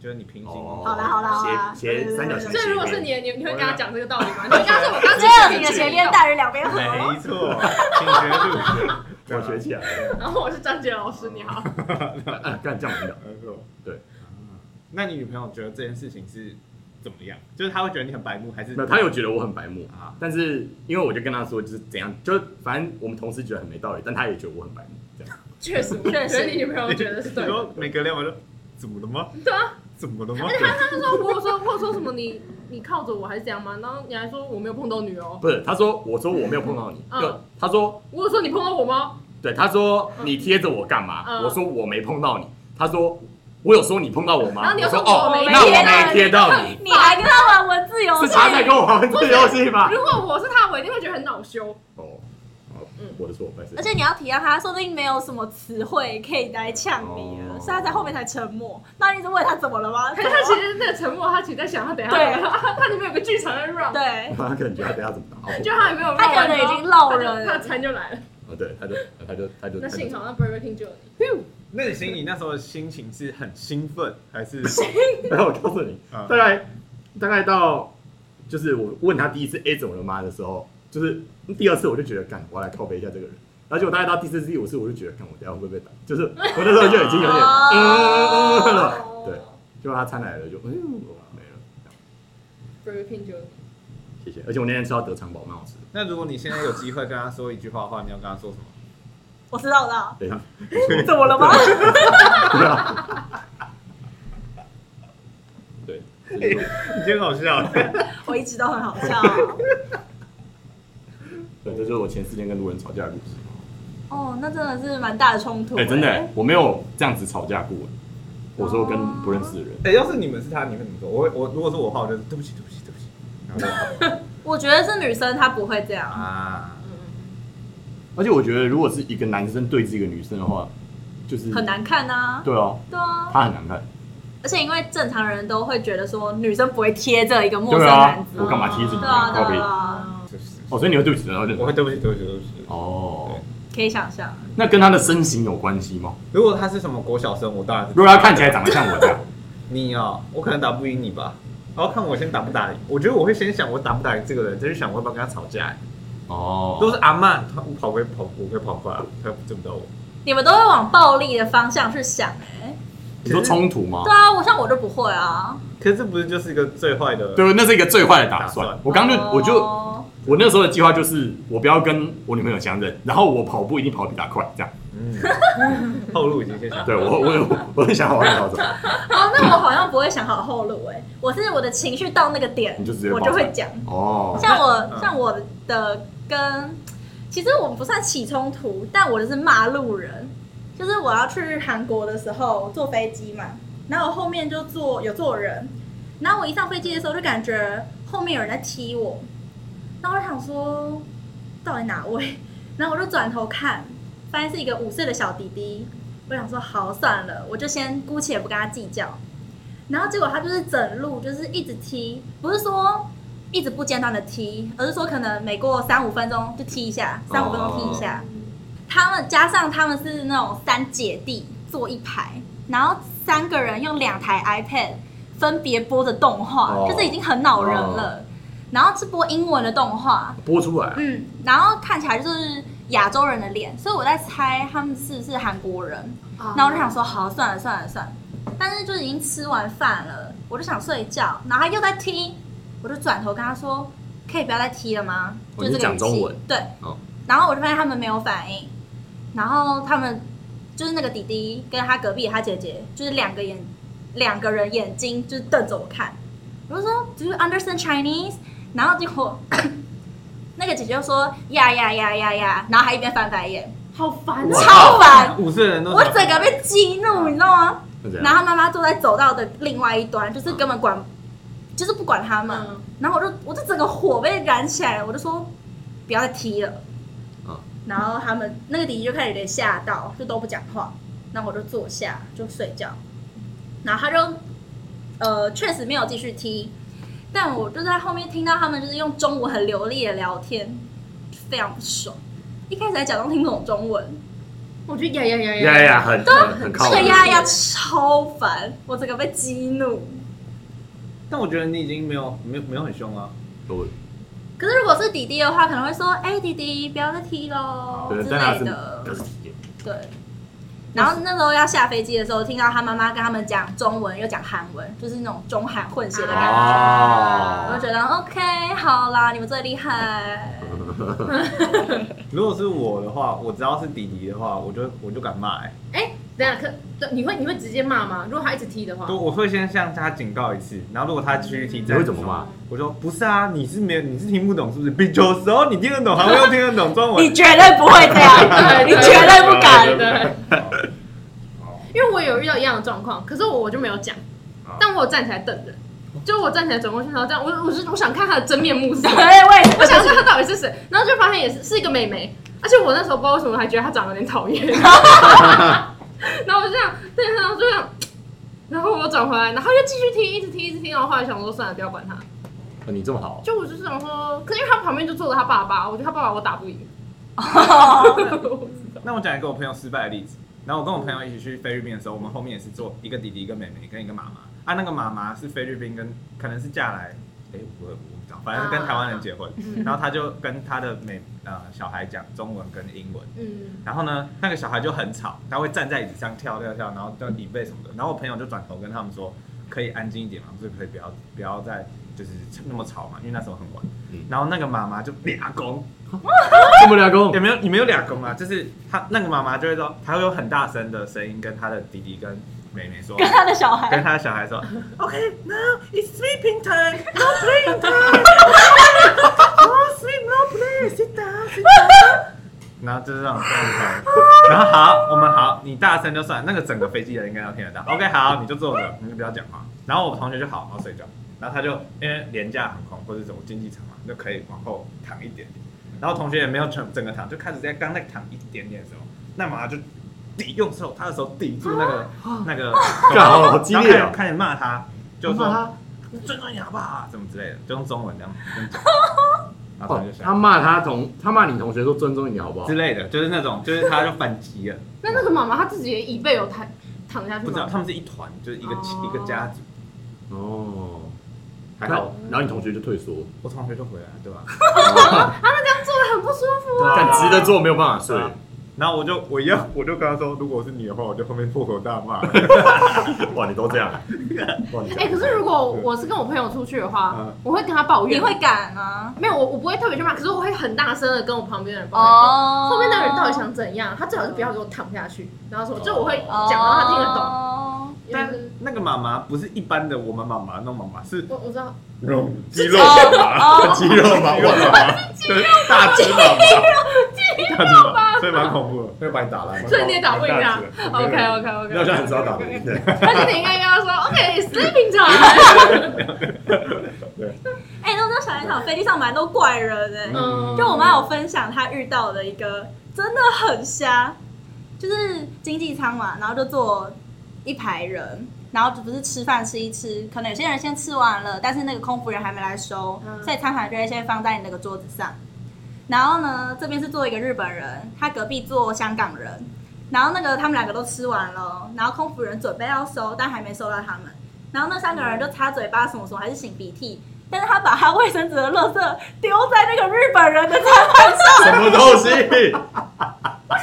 [SPEAKER 2] 就是你平行。
[SPEAKER 1] 哦
[SPEAKER 4] 好啦好啦好啦
[SPEAKER 1] 斜斜三角形斜边。
[SPEAKER 3] 所以如果是你，你你会跟他讲这个道理吗？ 你会跟他说我刚刚其
[SPEAKER 4] 只有
[SPEAKER 3] 实
[SPEAKER 4] 你
[SPEAKER 3] 是
[SPEAKER 4] 的
[SPEAKER 3] 斜
[SPEAKER 4] 前
[SPEAKER 3] 面
[SPEAKER 4] 面大人两 边合，
[SPEAKER 2] 没错，请学度。
[SPEAKER 1] 我学起来了，
[SPEAKER 3] 然后我是张杰老师，你好。
[SPEAKER 1] 干这样不了。
[SPEAKER 2] 没错，
[SPEAKER 1] 对
[SPEAKER 2] 啊。那你女朋友觉得这件事情是怎么样？就是她会觉得你很白目，还是
[SPEAKER 1] 没有，他有觉得我很白目啊，
[SPEAKER 2] 啊
[SPEAKER 1] 但是因为我就跟他说，就是怎样，就反正我们同事觉得很没道理，但他也觉得我很白目，这样。
[SPEAKER 3] 确实， 我觉得你女朋友觉得是 对
[SPEAKER 2] 你
[SPEAKER 3] 的。
[SPEAKER 2] 说每隔两秒就怎么了吗？
[SPEAKER 3] 对啊，
[SPEAKER 2] 怎么了吗
[SPEAKER 3] 而？且他他就说，我有说我有说什么你你靠着我还是怎样吗？然后你还说我没有碰到你哦，
[SPEAKER 1] 不是，他说，我说我没有碰到你，
[SPEAKER 3] 嗯
[SPEAKER 1] 就他说，
[SPEAKER 3] 我有说你碰到我吗？
[SPEAKER 1] 对，他说你贴着我干嘛？
[SPEAKER 3] 嗯
[SPEAKER 1] 我说我没碰到你，他说我有说你碰到我吗？
[SPEAKER 3] 然后你又说
[SPEAKER 1] 我哦
[SPEAKER 3] 我没，
[SPEAKER 1] 那
[SPEAKER 4] 贴到
[SPEAKER 1] 我没贴到
[SPEAKER 4] 你
[SPEAKER 1] 你，
[SPEAKER 4] 你还跟他玩文字游
[SPEAKER 1] 是
[SPEAKER 4] 戏，
[SPEAKER 1] 他在跟我玩这游戏吧？
[SPEAKER 3] 如果嗯我是他，我一定会觉得很恼羞。
[SPEAKER 1] 哦，好
[SPEAKER 3] 嗯，
[SPEAKER 1] 我的错，不好意思
[SPEAKER 4] 而且你要体谅他，说不定没有什么词汇可以来呛你了，
[SPEAKER 1] 哦
[SPEAKER 4] 所以他在后面才沉默。那你一直问他怎么了吗？
[SPEAKER 3] 可是他其实那个沉默，他其实在想他等一下，
[SPEAKER 4] 对
[SPEAKER 3] 他他里面有个剧场在 run，
[SPEAKER 4] 对，
[SPEAKER 1] 他可能觉得等下怎么打我
[SPEAKER 3] 就他还没有 run
[SPEAKER 4] 他可
[SPEAKER 3] 完
[SPEAKER 4] 能
[SPEAKER 3] 之后，
[SPEAKER 4] 已经漏
[SPEAKER 3] 他就
[SPEAKER 4] 人
[SPEAKER 3] 他的餐就来了。
[SPEAKER 1] 哦，对，他就他就他就他就
[SPEAKER 3] 那幸好那 Burger King 救了你。
[SPEAKER 2] 那你心里那时候的心情是很兴奋，还 是
[SPEAKER 1] 然后我告诉你，
[SPEAKER 2] 啊
[SPEAKER 1] 大概大概到就是我问他第一次 A 怎么了吗的时候，就是第二次我就觉得干，我要来靠背一下这个人。然后结果大概到第四次、第五次，我就觉得干，我等一下会不会被打？就是我那时候就已经有点
[SPEAKER 4] 哦
[SPEAKER 1] 嗯嗯嗯了。对，就他餐来了就嗯没了，这样
[SPEAKER 3] Burger King 救了你。
[SPEAKER 1] 谢谢。而且我那天吃到德肠堡，蛮好吃的。
[SPEAKER 2] 那如果你现在有机会跟他说一句话的话，你要跟他说什么？
[SPEAKER 4] 我知道，我知道，
[SPEAKER 1] 对，
[SPEAKER 4] 怎么了吗？
[SPEAKER 1] 对啊， 对，这就是我
[SPEAKER 2] 你真好笑。
[SPEAKER 4] 我一直都很好笑。
[SPEAKER 1] 对，这就是我前四天跟路人吵架的故事。
[SPEAKER 4] 哦，那真的是蛮大的冲突。
[SPEAKER 1] 哎、真的、我没有这样子吵架过。我说跟不认识的人。
[SPEAKER 2] 哎，要是你们是他，你会怎么做？我会我如果是我的话，我就是对不起，对不起，对不起。然后就
[SPEAKER 4] 我觉得是女生她不会这样，
[SPEAKER 2] 啊，
[SPEAKER 1] 而且我觉得，如果是一个男生对峙一个女生的话，就是
[SPEAKER 4] 很。难看啊。
[SPEAKER 1] 对啊，
[SPEAKER 4] 对啊，
[SPEAKER 1] 他很难看。
[SPEAKER 4] 而且因为正常人都会觉得说女生不会贴着一个陌生
[SPEAKER 1] 对啊
[SPEAKER 4] 男，子。
[SPEAKER 1] 我干嘛贴着你
[SPEAKER 4] 对啊，
[SPEAKER 1] 靠
[SPEAKER 4] 对
[SPEAKER 1] 背？
[SPEAKER 4] 啊，
[SPEAKER 2] 就是
[SPEAKER 1] 哦，所以你会对不起人，然后就
[SPEAKER 2] 我会对不起，对不起，对不起。
[SPEAKER 1] 哦，
[SPEAKER 4] 可以想象，
[SPEAKER 1] 那跟他的身形有关系吗？
[SPEAKER 2] 如果他是什么国小生，我当然是
[SPEAKER 1] 如果他看起来长得像我这 样，
[SPEAKER 2] 你哦，我可能打不赢你吧。然后看我先打不打赢，我觉得我会先想我打不打赢这个人，再去想我要不要跟他吵架。
[SPEAKER 1] 哦，
[SPEAKER 2] 都是阿曼，他跑回跑，我会跑过来，他见不到我。
[SPEAKER 4] 你们都会往暴力的方向去想哎、
[SPEAKER 1] 你说冲突吗
[SPEAKER 4] 对？啊，我像我就不会啊。
[SPEAKER 2] 可是这不是就是一个最坏的？
[SPEAKER 1] 对，那是一个最坏的打
[SPEAKER 2] 打
[SPEAKER 1] 算
[SPEAKER 2] 算。
[SPEAKER 1] 我刚就我就
[SPEAKER 4] 哦
[SPEAKER 1] 我那时候的计划就是，我不要跟我女朋友相认，然后我跑步一定跑得比她快，这样。
[SPEAKER 2] 嗯，后路已经先想好。
[SPEAKER 1] 对我我有我很想好好跑走，
[SPEAKER 4] 哦，那我好像不会想好后路哎、我是我的情绪到那个点
[SPEAKER 1] 你，就直接
[SPEAKER 4] 我
[SPEAKER 1] 跑
[SPEAKER 4] 就
[SPEAKER 1] 出
[SPEAKER 4] 会
[SPEAKER 1] 来。
[SPEAKER 4] 讲。
[SPEAKER 1] 哦，
[SPEAKER 4] 像
[SPEAKER 2] 嗯
[SPEAKER 4] 我像我的跟，其实我们不算起冲突，但我就是骂路人。就是我要去韩国的时候坐飞机嘛，然后我后面就坐有坐人，然后我一上飞机的时候就感觉后面有人在踢我，然后我就想说到底哪位， 然后我就转头看，发现是一个五岁的小弟弟，我想说好算了，我就先姑且不跟他计较。然后结果他就是整路就是一直踢，不是说一直不间断的踢，而是说可能每过三五分钟就踢一下，三五分钟踢一
[SPEAKER 3] 啊
[SPEAKER 4] 下。
[SPEAKER 3] 哦
[SPEAKER 4] 他们加上他们是那种三姐弟坐一排，然后三个人用两台 iPad 分别播着动画，
[SPEAKER 1] 哦
[SPEAKER 4] 就是已经很恼人了。然后是播英文的动画，
[SPEAKER 1] 播出来
[SPEAKER 4] 嗯，然后看起来就是亚洲人的脸，所以我在猜他们是不是韩国人。
[SPEAKER 1] 哦
[SPEAKER 4] 然后我就
[SPEAKER 3] 啊
[SPEAKER 4] 想说，好，算了算了算了，但是就是已经吃完饭了，我就想睡觉，然后他又在踢，我就转头跟他说，可以不要再踢了吗？
[SPEAKER 1] 哦
[SPEAKER 4] 就这
[SPEAKER 1] 你
[SPEAKER 4] 个语
[SPEAKER 1] 讲中
[SPEAKER 4] 气
[SPEAKER 1] 文，
[SPEAKER 4] 对
[SPEAKER 1] 哦。
[SPEAKER 4] 然后我就发现他们没有反应，然后他们就是那个弟弟跟他隔壁的他姐姐，就是两个眼两个人眼睛就是瞪着我看，我就说 Do you understand Chinese？然后结果那个姐姐就说呀呀呀呀呀，然后还一边翻白眼，
[SPEAKER 3] 好烦
[SPEAKER 1] 哇
[SPEAKER 3] 啊！
[SPEAKER 4] 超烦。
[SPEAKER 2] 五岁的人都
[SPEAKER 4] 我整个被激怒，你知道吗？
[SPEAKER 1] 是这
[SPEAKER 4] 然
[SPEAKER 1] 样。
[SPEAKER 4] 后他妈妈坐在走道的另外一端，就是
[SPEAKER 1] 嗯
[SPEAKER 4] 根本管，就是不管他们。
[SPEAKER 3] 嗯
[SPEAKER 4] 然后我就我就整个火被燃起来了，我就说不要再踢了。
[SPEAKER 1] 嗯
[SPEAKER 4] 然后他们那个弟弟就开始有点吓到，就都不讲话。那我就坐下就睡觉。然后他就呃确实没有继续踢，但我就在后面听到他们就是用中文很流利的聊天，非常不爽。一开始还假装听不懂中文，
[SPEAKER 3] 我觉得呀呀呀
[SPEAKER 1] 呀呀，很很很
[SPEAKER 4] 这
[SPEAKER 1] 靠
[SPEAKER 4] 个
[SPEAKER 1] 谱。
[SPEAKER 4] 丫丫超烦，我整个被激怒。
[SPEAKER 2] 但我觉得你已经没有没有没有很凶啊。
[SPEAKER 1] 我
[SPEAKER 4] 可是如果是弟弟的话，可能会说：“哎、弟弟，不要再踢喽之
[SPEAKER 1] 对，但他
[SPEAKER 4] 类
[SPEAKER 1] 是
[SPEAKER 4] 的。
[SPEAKER 1] 他是体验。”
[SPEAKER 4] 对。然后那时候要下飞机的时候，听到他妈妈跟他们讲中文又讲韩文，就是那种中韩混血的感觉。我就
[SPEAKER 1] 哦，
[SPEAKER 4] 觉得 OK，好啦，你们最厉害。
[SPEAKER 2] 如果是我的话，我只要是弟弟的话，我就我就敢骂、欸，
[SPEAKER 3] 等一下可对你会你会直接骂吗？如果他一直踢的话
[SPEAKER 2] 就，我会先向他警告一次，然后如果他继续踢，
[SPEAKER 1] 你会怎么骂？？
[SPEAKER 2] 我说不是啊，你是没有，你是听不懂是不是？ 比有时候你听得懂，还会听得懂中文。
[SPEAKER 4] 绝对不会这 样
[SPEAKER 3] 对绝对
[SPEAKER 1] 不敢
[SPEAKER 3] 对，因为我有遇到一样的状况，可是我我就没有讲，但我有站起来瞪人，就我站起来转过去，然后这样，我我是我想看他的真面目是什么，
[SPEAKER 4] 我也
[SPEAKER 3] 我想看他到底是谁，然后就发现也是是一个妹妹，而且我那时候不知道为什么还觉得她长得有点讨 厌，然后我就这样对，然后就这样，然后我转回来，然后又继续踢，一直踢，一直踢，然后后来想说算了，不要管他，
[SPEAKER 1] 哦你这么好，
[SPEAKER 3] 就我就是想说，可是因为他旁边就坐着他爸爸，我觉得他爸爸我打不赢，
[SPEAKER 2] 那我讲一个我朋友失败的例子。然后我跟我朋友一起去菲律宾的时候，我们后面也是坐一个弟弟、一个妹妹跟一个妈妈。啊，那个妈妈是菲律宾跟可能是嫁来，哎，我我不知道，反正跟台湾人结婚。然后他就跟他的妹呃小孩讲中文跟英文。
[SPEAKER 3] 嗯，
[SPEAKER 2] 然后呢，那个小孩就很吵，他会站在椅子上跳跳跳，然后叫椅背什么的。然后我朋友就转头跟他们说，可以安静一点嘛，就是可以不要不要再就是那么吵嘛，因为那时候很晚。
[SPEAKER 1] 嗯
[SPEAKER 2] 然后那个妈妈就俩公，
[SPEAKER 1] 这么俩公
[SPEAKER 2] 也没有也没有俩公啊，就是他那个妈妈就会说，她会有很大声的声音跟她的弟弟跟妹妹说，
[SPEAKER 4] 跟他的小 孩
[SPEAKER 2] 跟她的小 孩说，OK now it's sleeping time, no playing time, no sleep, no play, sit down, sit down。然后就是这种状态，然后好，我们好，你大声就算，那个整个飞机的人应该要听得到。OK，好，你就坐着，你就不要讲话。然后我同学就好好睡觉，然后他就因为廉价航空或者什么经济舱嘛，就可以往后躺一点点。然后同学也没有整整个躺，就开始在刚在躺一点点的时候，那马上就抵用手，他的手抵住那个 那个，
[SPEAKER 1] 哦干好好激烈
[SPEAKER 2] 然
[SPEAKER 1] 哦
[SPEAKER 2] 后开始开始骂他，就
[SPEAKER 1] 骂
[SPEAKER 2] 说尊重你好不好啊，什么之类的，就用中文这样这样讲。然后
[SPEAKER 1] 哦
[SPEAKER 2] 他就想
[SPEAKER 1] 他骂他同他骂你同学说尊重一点好不好
[SPEAKER 2] 之？类的，就是那种，就是他就反 击了，
[SPEAKER 3] 那那个妈妈她自己的椅背有躺躺下去
[SPEAKER 2] 不知道
[SPEAKER 3] 吗？
[SPEAKER 2] 他们是一团，就是一个
[SPEAKER 3] 哦
[SPEAKER 2] 一个家族，
[SPEAKER 1] 哦，
[SPEAKER 2] 还好
[SPEAKER 1] 那然后你同学就退 缩，
[SPEAKER 2] 我同学就回来，对 吧？
[SPEAKER 3] 很不舒服。
[SPEAKER 2] 对啊
[SPEAKER 1] 但直的做没有办法睡
[SPEAKER 2] 对，啊然后我就我一样，我就跟他说，如果是你的话，我就后面破口大骂。
[SPEAKER 1] 哇，你都这样，哇，你这样
[SPEAKER 3] 哎，可是如果我是跟我朋友出去的话
[SPEAKER 2] 嗯，
[SPEAKER 3] 我会跟他抱
[SPEAKER 4] 你
[SPEAKER 3] 怨。
[SPEAKER 4] 会敢吗？
[SPEAKER 3] 没有我我不会特别去骂，可是我会很大声的跟我旁边的人抱怨说。
[SPEAKER 4] 哦，
[SPEAKER 3] 后面那个人到底想怎样？他最好是不要给我躺下去，然后什么，就我会
[SPEAKER 4] 哦
[SPEAKER 3] 讲到他听得懂。
[SPEAKER 2] 但
[SPEAKER 3] 就是
[SPEAKER 2] 那个妈妈不是一般的我们妈妈那种妈妈，是
[SPEAKER 3] 我我知道，
[SPEAKER 2] 那种肌 肉
[SPEAKER 1] 啊
[SPEAKER 4] 哦
[SPEAKER 1] 肌肉嘛，
[SPEAKER 2] 肌肉
[SPEAKER 1] 哇
[SPEAKER 2] 妈妈，对，大只妈妈，大只妈妈，所以蛮恐怖的，
[SPEAKER 1] 会把你打烂吗？
[SPEAKER 3] 所以你也打不赢啊
[SPEAKER 2] 蛮大只的
[SPEAKER 3] OK OK
[SPEAKER 1] 你好
[SPEAKER 3] OK，
[SPEAKER 1] 像很少打人，对
[SPEAKER 3] 但是你应该跟他说 OK sleeping time。
[SPEAKER 4] 哎、那我在想一想，飞机上蛮多怪人欸的、
[SPEAKER 3] 嗯，
[SPEAKER 4] 就我妈有分享她遇到的一个真的很瞎，就是经济舱嘛，然后就坐一排人，然后就不是吃饭吃一吃，可能有些人先吃完了，但是那个空服人还没来收，
[SPEAKER 3] 嗯
[SPEAKER 4] 所以餐盘就会先放在你那个桌子上。然后呢，这边是坐一个日本人，他隔壁坐香港人，然后那个他们两个都吃完了，然后空服人准备要收，但还没收到他们。然后那三个人就擦嘴巴什么什么，还是擤鼻涕，但是他把他卫生纸的垃圾丢在那个日本人的餐盘上。
[SPEAKER 1] 什么东西？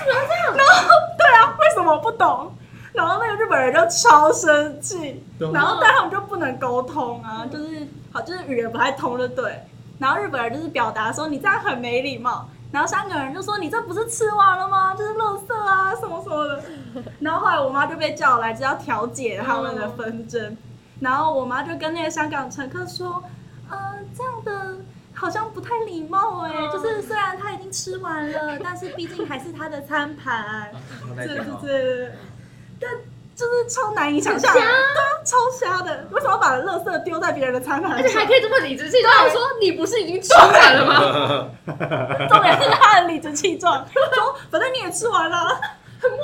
[SPEAKER 4] 对啊， 为什么不懂？然后那个日本人就超生气，然后但他们就不能沟通啊，就是好就是语言不太通就对。然后日本人就是表达说你这样很没礼貌，然后香港人就说你这不是吃完了吗？就是垃圾啊什么什么的。然后后来我妈就被叫来，就要调解他们的纷争。然后我妈就跟那个香港乘客说，呃，这样的好像不太礼貌哎、
[SPEAKER 3] 嗯
[SPEAKER 4] 就是虽然他已经吃完了，但是毕竟还是他的餐盘。
[SPEAKER 2] 那
[SPEAKER 4] 对
[SPEAKER 2] 一
[SPEAKER 4] 对
[SPEAKER 2] 天哦
[SPEAKER 4] 对，但就是超难以想象，对啊，超瞎的，为什么把垃圾丢在别人的餐盘
[SPEAKER 3] 而且还
[SPEAKER 4] 上？
[SPEAKER 3] 可以这么理直气壮地说，你不是已经吃完了吗？
[SPEAKER 4] 重点是他很理直气壮， 说反正你也吃完了，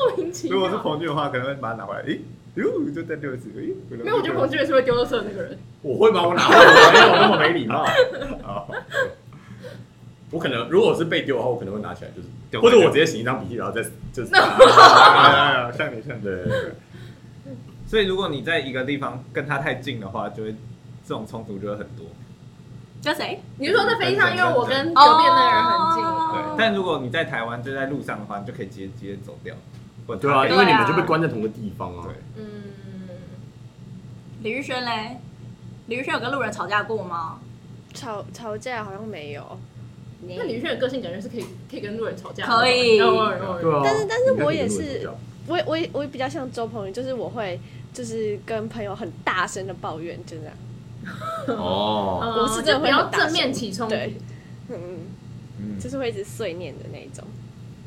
[SPEAKER 3] 莫名其
[SPEAKER 2] 如
[SPEAKER 3] 妙
[SPEAKER 2] 果。是彭俊的话，可能会把它拿回来，诶，哟，就在六哎十，诶，
[SPEAKER 3] 因为我觉得彭俊也是会丢垃圾的那个人。
[SPEAKER 1] 我会吗？我哪会？我没有那么没礼 貌。我可能如果我是被丢的话，我可能会拿起来，就是
[SPEAKER 2] 丢
[SPEAKER 1] 或者
[SPEAKER 2] 回去
[SPEAKER 1] 我直接擤一张鼻涕，然后再 就是。
[SPEAKER 2] 啊像你像你。
[SPEAKER 1] 对，
[SPEAKER 2] 所以如果你在一个地方跟他太近的话，就会这种冲突就会很多。
[SPEAKER 4] 跟谁？
[SPEAKER 3] 你是说在飞机上，因为我跟
[SPEAKER 4] 哦
[SPEAKER 3] 隔壁的那个人很近，
[SPEAKER 5] 哦
[SPEAKER 1] 哦
[SPEAKER 2] 对，但如果你在台湾就在路上的话，你就可以直接直接走掉。或者
[SPEAKER 1] 对
[SPEAKER 2] 他
[SPEAKER 1] 啊，
[SPEAKER 2] 可以
[SPEAKER 1] 因为你们就被关在同个地方啊。
[SPEAKER 2] 对
[SPEAKER 3] 嗯，
[SPEAKER 4] 李玉轩嘞？李玉轩有跟路人吵架过吗？
[SPEAKER 5] 吵吵架好像没有，
[SPEAKER 3] 那李宇轩的个性感觉是可以可以跟路人吵架的，
[SPEAKER 4] 可以
[SPEAKER 3] 偶尔偶尔
[SPEAKER 1] 对啊。
[SPEAKER 5] 但是但是
[SPEAKER 1] 你看
[SPEAKER 5] 我
[SPEAKER 1] 你
[SPEAKER 5] 也
[SPEAKER 1] 如果
[SPEAKER 5] 是
[SPEAKER 1] 这样
[SPEAKER 5] 我也我也我也比较像周鹏宇，就是我会就是跟朋友很大声的抱怨，就这样。
[SPEAKER 1] 哦，
[SPEAKER 5] 我是
[SPEAKER 3] 呃就
[SPEAKER 5] 真的
[SPEAKER 3] 不
[SPEAKER 5] 会很
[SPEAKER 3] 要
[SPEAKER 5] 大
[SPEAKER 3] 正
[SPEAKER 5] 声
[SPEAKER 3] 面起冲突。
[SPEAKER 5] 对，嗯，
[SPEAKER 2] 嗯
[SPEAKER 5] 就是会一直碎念的那一种。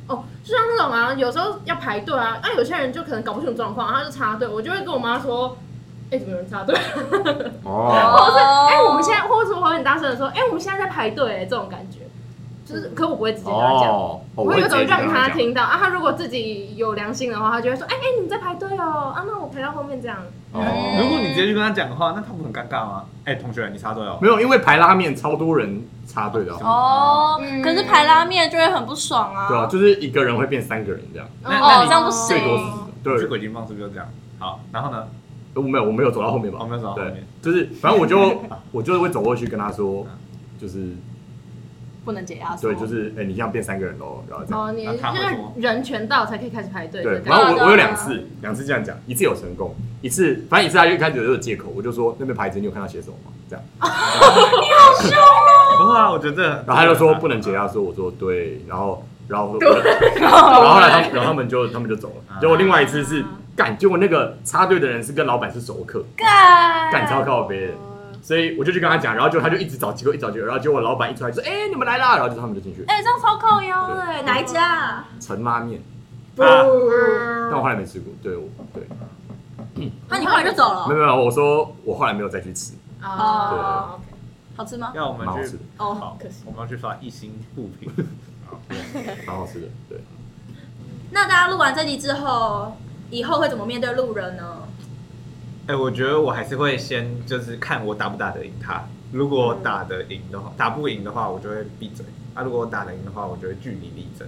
[SPEAKER 3] 哦，就像那种啊，有时候要排队啊，啊，有些人就可能搞不清楚状况，他就插队，我就会跟我妈说，哎、怎么有人插队？
[SPEAKER 1] 哦，
[SPEAKER 3] 或者是
[SPEAKER 4] 哦
[SPEAKER 3] 哎、我们现在，或者是我很大声的说，哎、我们现在在排队、哎，这种感觉，就是，
[SPEAKER 5] 嗯
[SPEAKER 3] 可我不会直接跟他讲。
[SPEAKER 1] 哦，
[SPEAKER 3] 我会有
[SPEAKER 1] 直接
[SPEAKER 3] 种让
[SPEAKER 1] 跟
[SPEAKER 3] 他
[SPEAKER 1] 讲。
[SPEAKER 3] 听到啊，他如果自己有良心的话，他就会说：“哎、哎、你在排队哦，啊，那我排到后面这样。
[SPEAKER 1] 哦，
[SPEAKER 2] 如果你直接去跟他嗯讲的话，那他不很尴尬吗？哎，同学，你插队哦。
[SPEAKER 1] 没有，因为排拉面超多人插队的啊。
[SPEAKER 4] 哦
[SPEAKER 3] 嗯
[SPEAKER 4] 可是排拉面就会很不爽啊。
[SPEAKER 1] 对啊，就是一个人会变三个人这样，
[SPEAKER 2] 那
[SPEAKER 4] 哦，
[SPEAKER 2] 那
[SPEAKER 4] 这
[SPEAKER 2] 你
[SPEAKER 4] 样不
[SPEAKER 1] 最多是
[SPEAKER 4] 行。
[SPEAKER 2] 你去
[SPEAKER 1] 对，
[SPEAKER 2] 鬼金棒是不是就这样？好，然后呢？
[SPEAKER 1] 我没有，我没有走到后面吧
[SPEAKER 2] 我？们走到后
[SPEAKER 1] 对
[SPEAKER 2] 面，，
[SPEAKER 1] 就是反正我就我就是会走过去跟他说，就是
[SPEAKER 4] 不能解压缩。
[SPEAKER 1] 对，就是哎、你现在变三个人喽，然后”这样。
[SPEAKER 3] 哦，你
[SPEAKER 2] 那
[SPEAKER 3] 就
[SPEAKER 2] 他会
[SPEAKER 3] 是
[SPEAKER 2] 说
[SPEAKER 3] 人全到才可以开始排队。
[SPEAKER 1] 对，
[SPEAKER 3] 这
[SPEAKER 1] 然
[SPEAKER 3] 样
[SPEAKER 1] 后
[SPEAKER 4] 对啊
[SPEAKER 1] 我我有
[SPEAKER 4] 对啊
[SPEAKER 1] 两次，两次这样讲，一次有成功，一次反正一次他就一开始就有借口，我就说那边牌子你有看到写什么吗？这样，
[SPEAKER 2] 不会啊，我觉得。
[SPEAKER 1] 然后他就说不能啊解压缩，我说对，然后然后然后
[SPEAKER 3] 哦
[SPEAKER 1] 后来他们然后他们就他们就走了
[SPEAKER 2] 啊，
[SPEAKER 1] 结果另外一次是干，结果那个插队的人是跟老板是熟客，
[SPEAKER 4] 干
[SPEAKER 1] 干超靠别人。
[SPEAKER 5] 哦
[SPEAKER 1] 所以我就去跟他讲，然后就他就一直找机会，一直找机会，然后结果老板一出来就说：“哎、你们来啦！”然后就他们就进去
[SPEAKER 4] 哎、这样超靠腰的、欸，哪一家啊？
[SPEAKER 1] 陈拉面，
[SPEAKER 3] 不
[SPEAKER 2] 啊
[SPEAKER 1] 但我后来没吃过。对，我对，
[SPEAKER 4] 那、你后来就走
[SPEAKER 1] 没有没
[SPEAKER 4] 了？
[SPEAKER 1] 有，我说我后来没有再去吃。
[SPEAKER 3] 啊，
[SPEAKER 4] 好吃吗？
[SPEAKER 2] 要我们
[SPEAKER 1] 蛮好吃
[SPEAKER 2] 去
[SPEAKER 1] 的
[SPEAKER 4] 哦
[SPEAKER 2] 好
[SPEAKER 3] 可惜，
[SPEAKER 2] 我们要去刷一星不平。
[SPEAKER 1] 蛮好吃的。对，
[SPEAKER 4] 那大家录完这集之后，以后会怎么面对路人呢？
[SPEAKER 2] 哎，我觉得我还是会先就是看我打不打得赢他，
[SPEAKER 7] 如果打得赢的话，打不赢的话，我就会闭嘴；啊，如果我打得赢的话，我就会据理力争。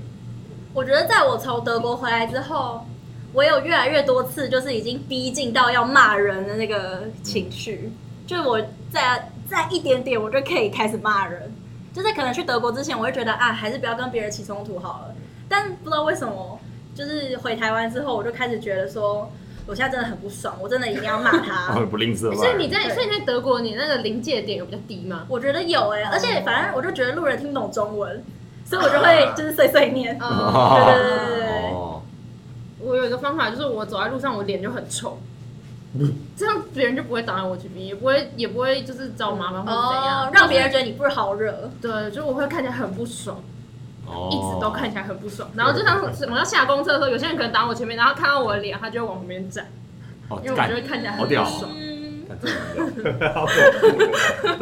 [SPEAKER 4] 我觉得在我从德国回来之后，我有越来越多次就是已经逼近到要骂人的那个情绪，就是我在在一点点我就可以开始骂人，就是可能去德国之前，我会觉得啊，还是不要跟别人起冲突好了。但不知道为什么，就是回台湾之后，我就开始觉得说，我现在真的很不爽，我真的一定要骂他。
[SPEAKER 1] 哦，不吝啬
[SPEAKER 3] 所以
[SPEAKER 1] 吧？
[SPEAKER 3] 你在，所以你在德国，你那个临界点有比较低 吗？
[SPEAKER 4] 我觉得有哎、而且反正我就觉得路人听不懂中文，所以我就会就是碎碎念。
[SPEAKER 3] 嗯，
[SPEAKER 4] 对对对对对对。
[SPEAKER 1] 哦，
[SPEAKER 3] 我有一个方法，就是我走在路上，我脸就 很臭，这样别人就不会打扰我去逼，也不会也不会就是找我麻烦或者怎样，
[SPEAKER 4] 哦，让别人觉得你不是好惹。
[SPEAKER 3] 对，就是我会看起来很不爽，
[SPEAKER 1] 哦
[SPEAKER 3] 一直都看起来很不爽。然后就像是我要下公车的时候，有些人可能挡我前面，然后看到我的脸，他就会往旁边站，
[SPEAKER 1] 哦，
[SPEAKER 3] 因为我
[SPEAKER 1] 干
[SPEAKER 3] 就会看起来很
[SPEAKER 1] 好
[SPEAKER 3] 不
[SPEAKER 1] 屌
[SPEAKER 3] 爽。
[SPEAKER 4] 嗯，
[SPEAKER 1] 干这个很屌对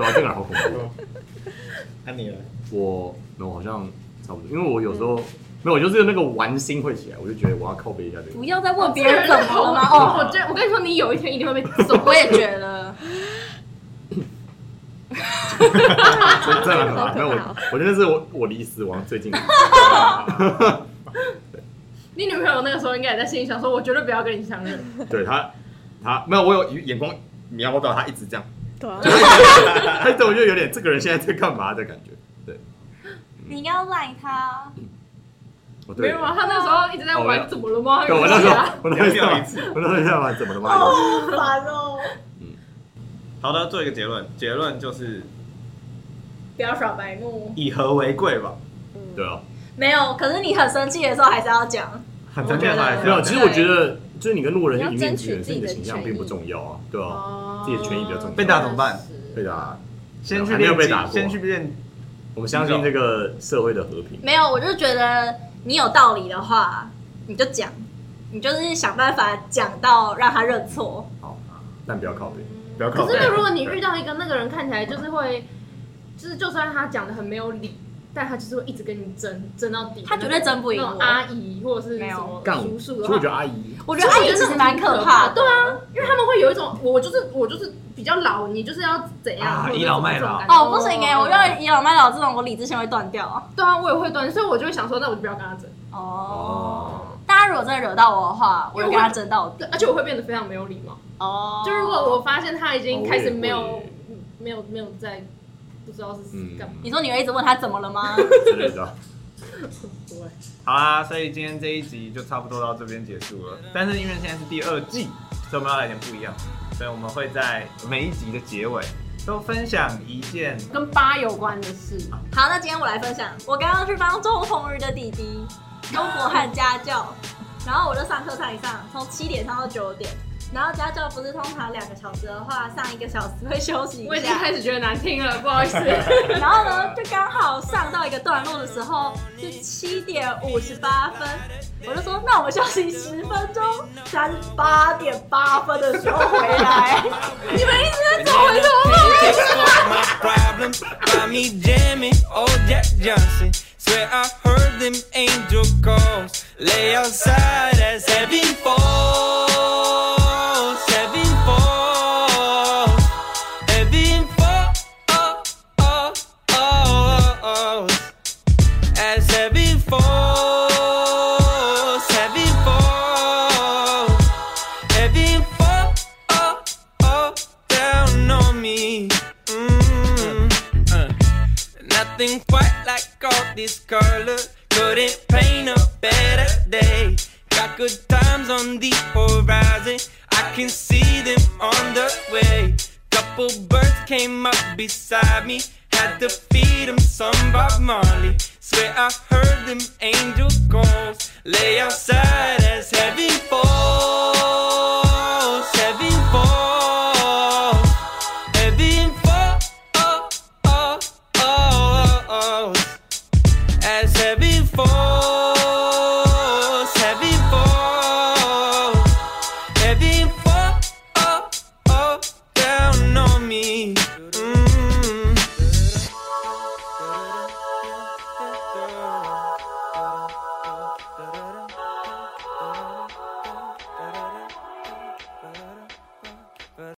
[SPEAKER 1] 啊，这个人好恐怖。
[SPEAKER 7] 那、你呢？
[SPEAKER 1] 我没有，我好像差不多，因为我有时候没有，我就是那个玩心会起来，我就觉得我要靠背一下这个
[SPEAKER 4] 不。要再问别人怎么了 吗？
[SPEAKER 3] 哦，
[SPEAKER 4] 哦，
[SPEAKER 3] 我觉得我跟你说，你有一天一定会被 揍。
[SPEAKER 8] 我也觉得，
[SPEAKER 1] 真真的很
[SPEAKER 5] 好
[SPEAKER 1] 烦。
[SPEAKER 5] 可
[SPEAKER 1] 没有，
[SPEAKER 5] 怕
[SPEAKER 1] 我
[SPEAKER 5] 哦
[SPEAKER 1] 我真的是我我离死亡最近。
[SPEAKER 3] 你女朋友那个时候应该也在心里想说，我绝对不要跟你相认。
[SPEAKER 1] 对他，他没有，我有眼光瞄到他一直这样，
[SPEAKER 5] 对 啊，
[SPEAKER 1] 他对我就有点这个人现在在干嘛的感觉。
[SPEAKER 4] 你应该要赖他。
[SPEAKER 1] 我
[SPEAKER 3] 没
[SPEAKER 1] 对，
[SPEAKER 3] 有啊，他那时候一直在
[SPEAKER 1] 哦没有
[SPEAKER 3] 玩，怎么了吗？
[SPEAKER 1] 对我那时候
[SPEAKER 3] 有啊，
[SPEAKER 1] 我那时
[SPEAKER 7] 聊一
[SPEAKER 1] 候，我那时候在玩怎么了嘛？
[SPEAKER 8] 烦哦，
[SPEAKER 7] 好的，做一个结论，结论就是
[SPEAKER 8] 不要耍白目。
[SPEAKER 7] 以和为贵吧。
[SPEAKER 1] 对啊，
[SPEAKER 4] 没有，可是你很生气的时候还是要讲。
[SPEAKER 7] 很正面来
[SPEAKER 1] 没有。
[SPEAKER 7] 讲，
[SPEAKER 1] 其实我觉得，就是你跟路人
[SPEAKER 5] 你要
[SPEAKER 1] 一面
[SPEAKER 5] 争
[SPEAKER 1] 之缘，
[SPEAKER 5] 取
[SPEAKER 1] 所以你的
[SPEAKER 5] 自己
[SPEAKER 1] 形
[SPEAKER 5] 的
[SPEAKER 1] 象
[SPEAKER 5] 权
[SPEAKER 1] 并不
[SPEAKER 5] 益
[SPEAKER 1] 重要啊，对啊，
[SPEAKER 3] 哦
[SPEAKER 1] 自己的权益比较重要。
[SPEAKER 7] 被打怎么办？
[SPEAKER 1] 哦对啊，
[SPEAKER 7] 先去
[SPEAKER 1] 还没有
[SPEAKER 7] 练
[SPEAKER 1] 被
[SPEAKER 7] 肌
[SPEAKER 1] 打，过
[SPEAKER 7] 先去练。
[SPEAKER 1] 我们相信这个社会的和平。
[SPEAKER 4] 没有，我就觉得你有道理的话，你就讲，你就是想办法讲到让他认错。
[SPEAKER 1] 好，但不要靠背，不要靠
[SPEAKER 3] 可
[SPEAKER 1] 背
[SPEAKER 3] 是，如果你遇到一个那个人看起来就是会，就是就算他讲的很没有理，但他就是会一直跟你争争到底。
[SPEAKER 4] 他绝对争不赢
[SPEAKER 3] 那
[SPEAKER 4] 我
[SPEAKER 3] 种。阿姨或者是
[SPEAKER 4] 没
[SPEAKER 3] 什
[SPEAKER 4] 有
[SPEAKER 3] 么
[SPEAKER 1] 干
[SPEAKER 3] 叔叔
[SPEAKER 1] 所
[SPEAKER 3] 的
[SPEAKER 1] 以我
[SPEAKER 3] 话
[SPEAKER 1] 觉，得阿姨
[SPEAKER 4] 我觉得阿姨其实蛮可怕的。
[SPEAKER 3] 对啊，因为他们会有一种我就是我就是比较老，你就是要怎样
[SPEAKER 7] 啊
[SPEAKER 3] 或者
[SPEAKER 7] 倚老卖老
[SPEAKER 3] 这种感觉
[SPEAKER 4] 哦，不行哎、我要倚老卖老这种，我理智线会断掉。
[SPEAKER 3] 对啊，我也会断，所以我就会想说，那我就不要跟他争。
[SPEAKER 4] 哦，
[SPEAKER 1] 哦，
[SPEAKER 4] 大家如果真的惹到我的话，我就跟他争到底。
[SPEAKER 3] 对，而且我会变得非常没有礼貌。
[SPEAKER 4] 哦，
[SPEAKER 3] 就如果我发现他已经开始没
[SPEAKER 1] 哦我也
[SPEAKER 3] 有
[SPEAKER 1] 会
[SPEAKER 3] 没有没有在不知道是
[SPEAKER 1] 嗯，
[SPEAKER 3] 干嘛，
[SPEAKER 4] 你说你会一直问他怎么了吗？
[SPEAKER 1] 之类的。
[SPEAKER 3] 不会。
[SPEAKER 7] 好啦，所以今天这一集就差不多到这边结束了。但是因为现在是第二季，所以我们要来点不一样，所以我们会在每一集的结尾都分享一件
[SPEAKER 3] 跟八有关的事。
[SPEAKER 4] 好，那今天我来分享，我刚刚去帮周鸿儒的弟弟周国汉家 教，然后我就上课上一上，从七点上到九点，然后家教不是通常两个小时的话，上一个小时会休息
[SPEAKER 3] 我
[SPEAKER 4] 一
[SPEAKER 3] 已经
[SPEAKER 4] 下，
[SPEAKER 3] 开始觉得难听了，不好意思。
[SPEAKER 4] 然后呢，就刚好上到一个段落的时候是七点五十八分，我就说那我们休息十分钟，现在是八点八分的时候回来， 你们一直在走回头路。
[SPEAKER 2] my problems by me jamming old Jack Johnson. Swear I heard them angel calls. Lay outside as heaven falls, heaven falls, heaven falls. As heaven falls, heaven falls, heaven falls down on me. Mm, uh, nothing quite like all this color. Couldn't paint a better day. Got good times on the horizon. I can see them on the way. Couple birds came up beside me. Had to feed them some Bob Marley. Swear I heard them angel calls. Lay outside as heaven falls. Heaven falls. Heaven Oh, falls. As heaven falls. oh, Mm-hmm.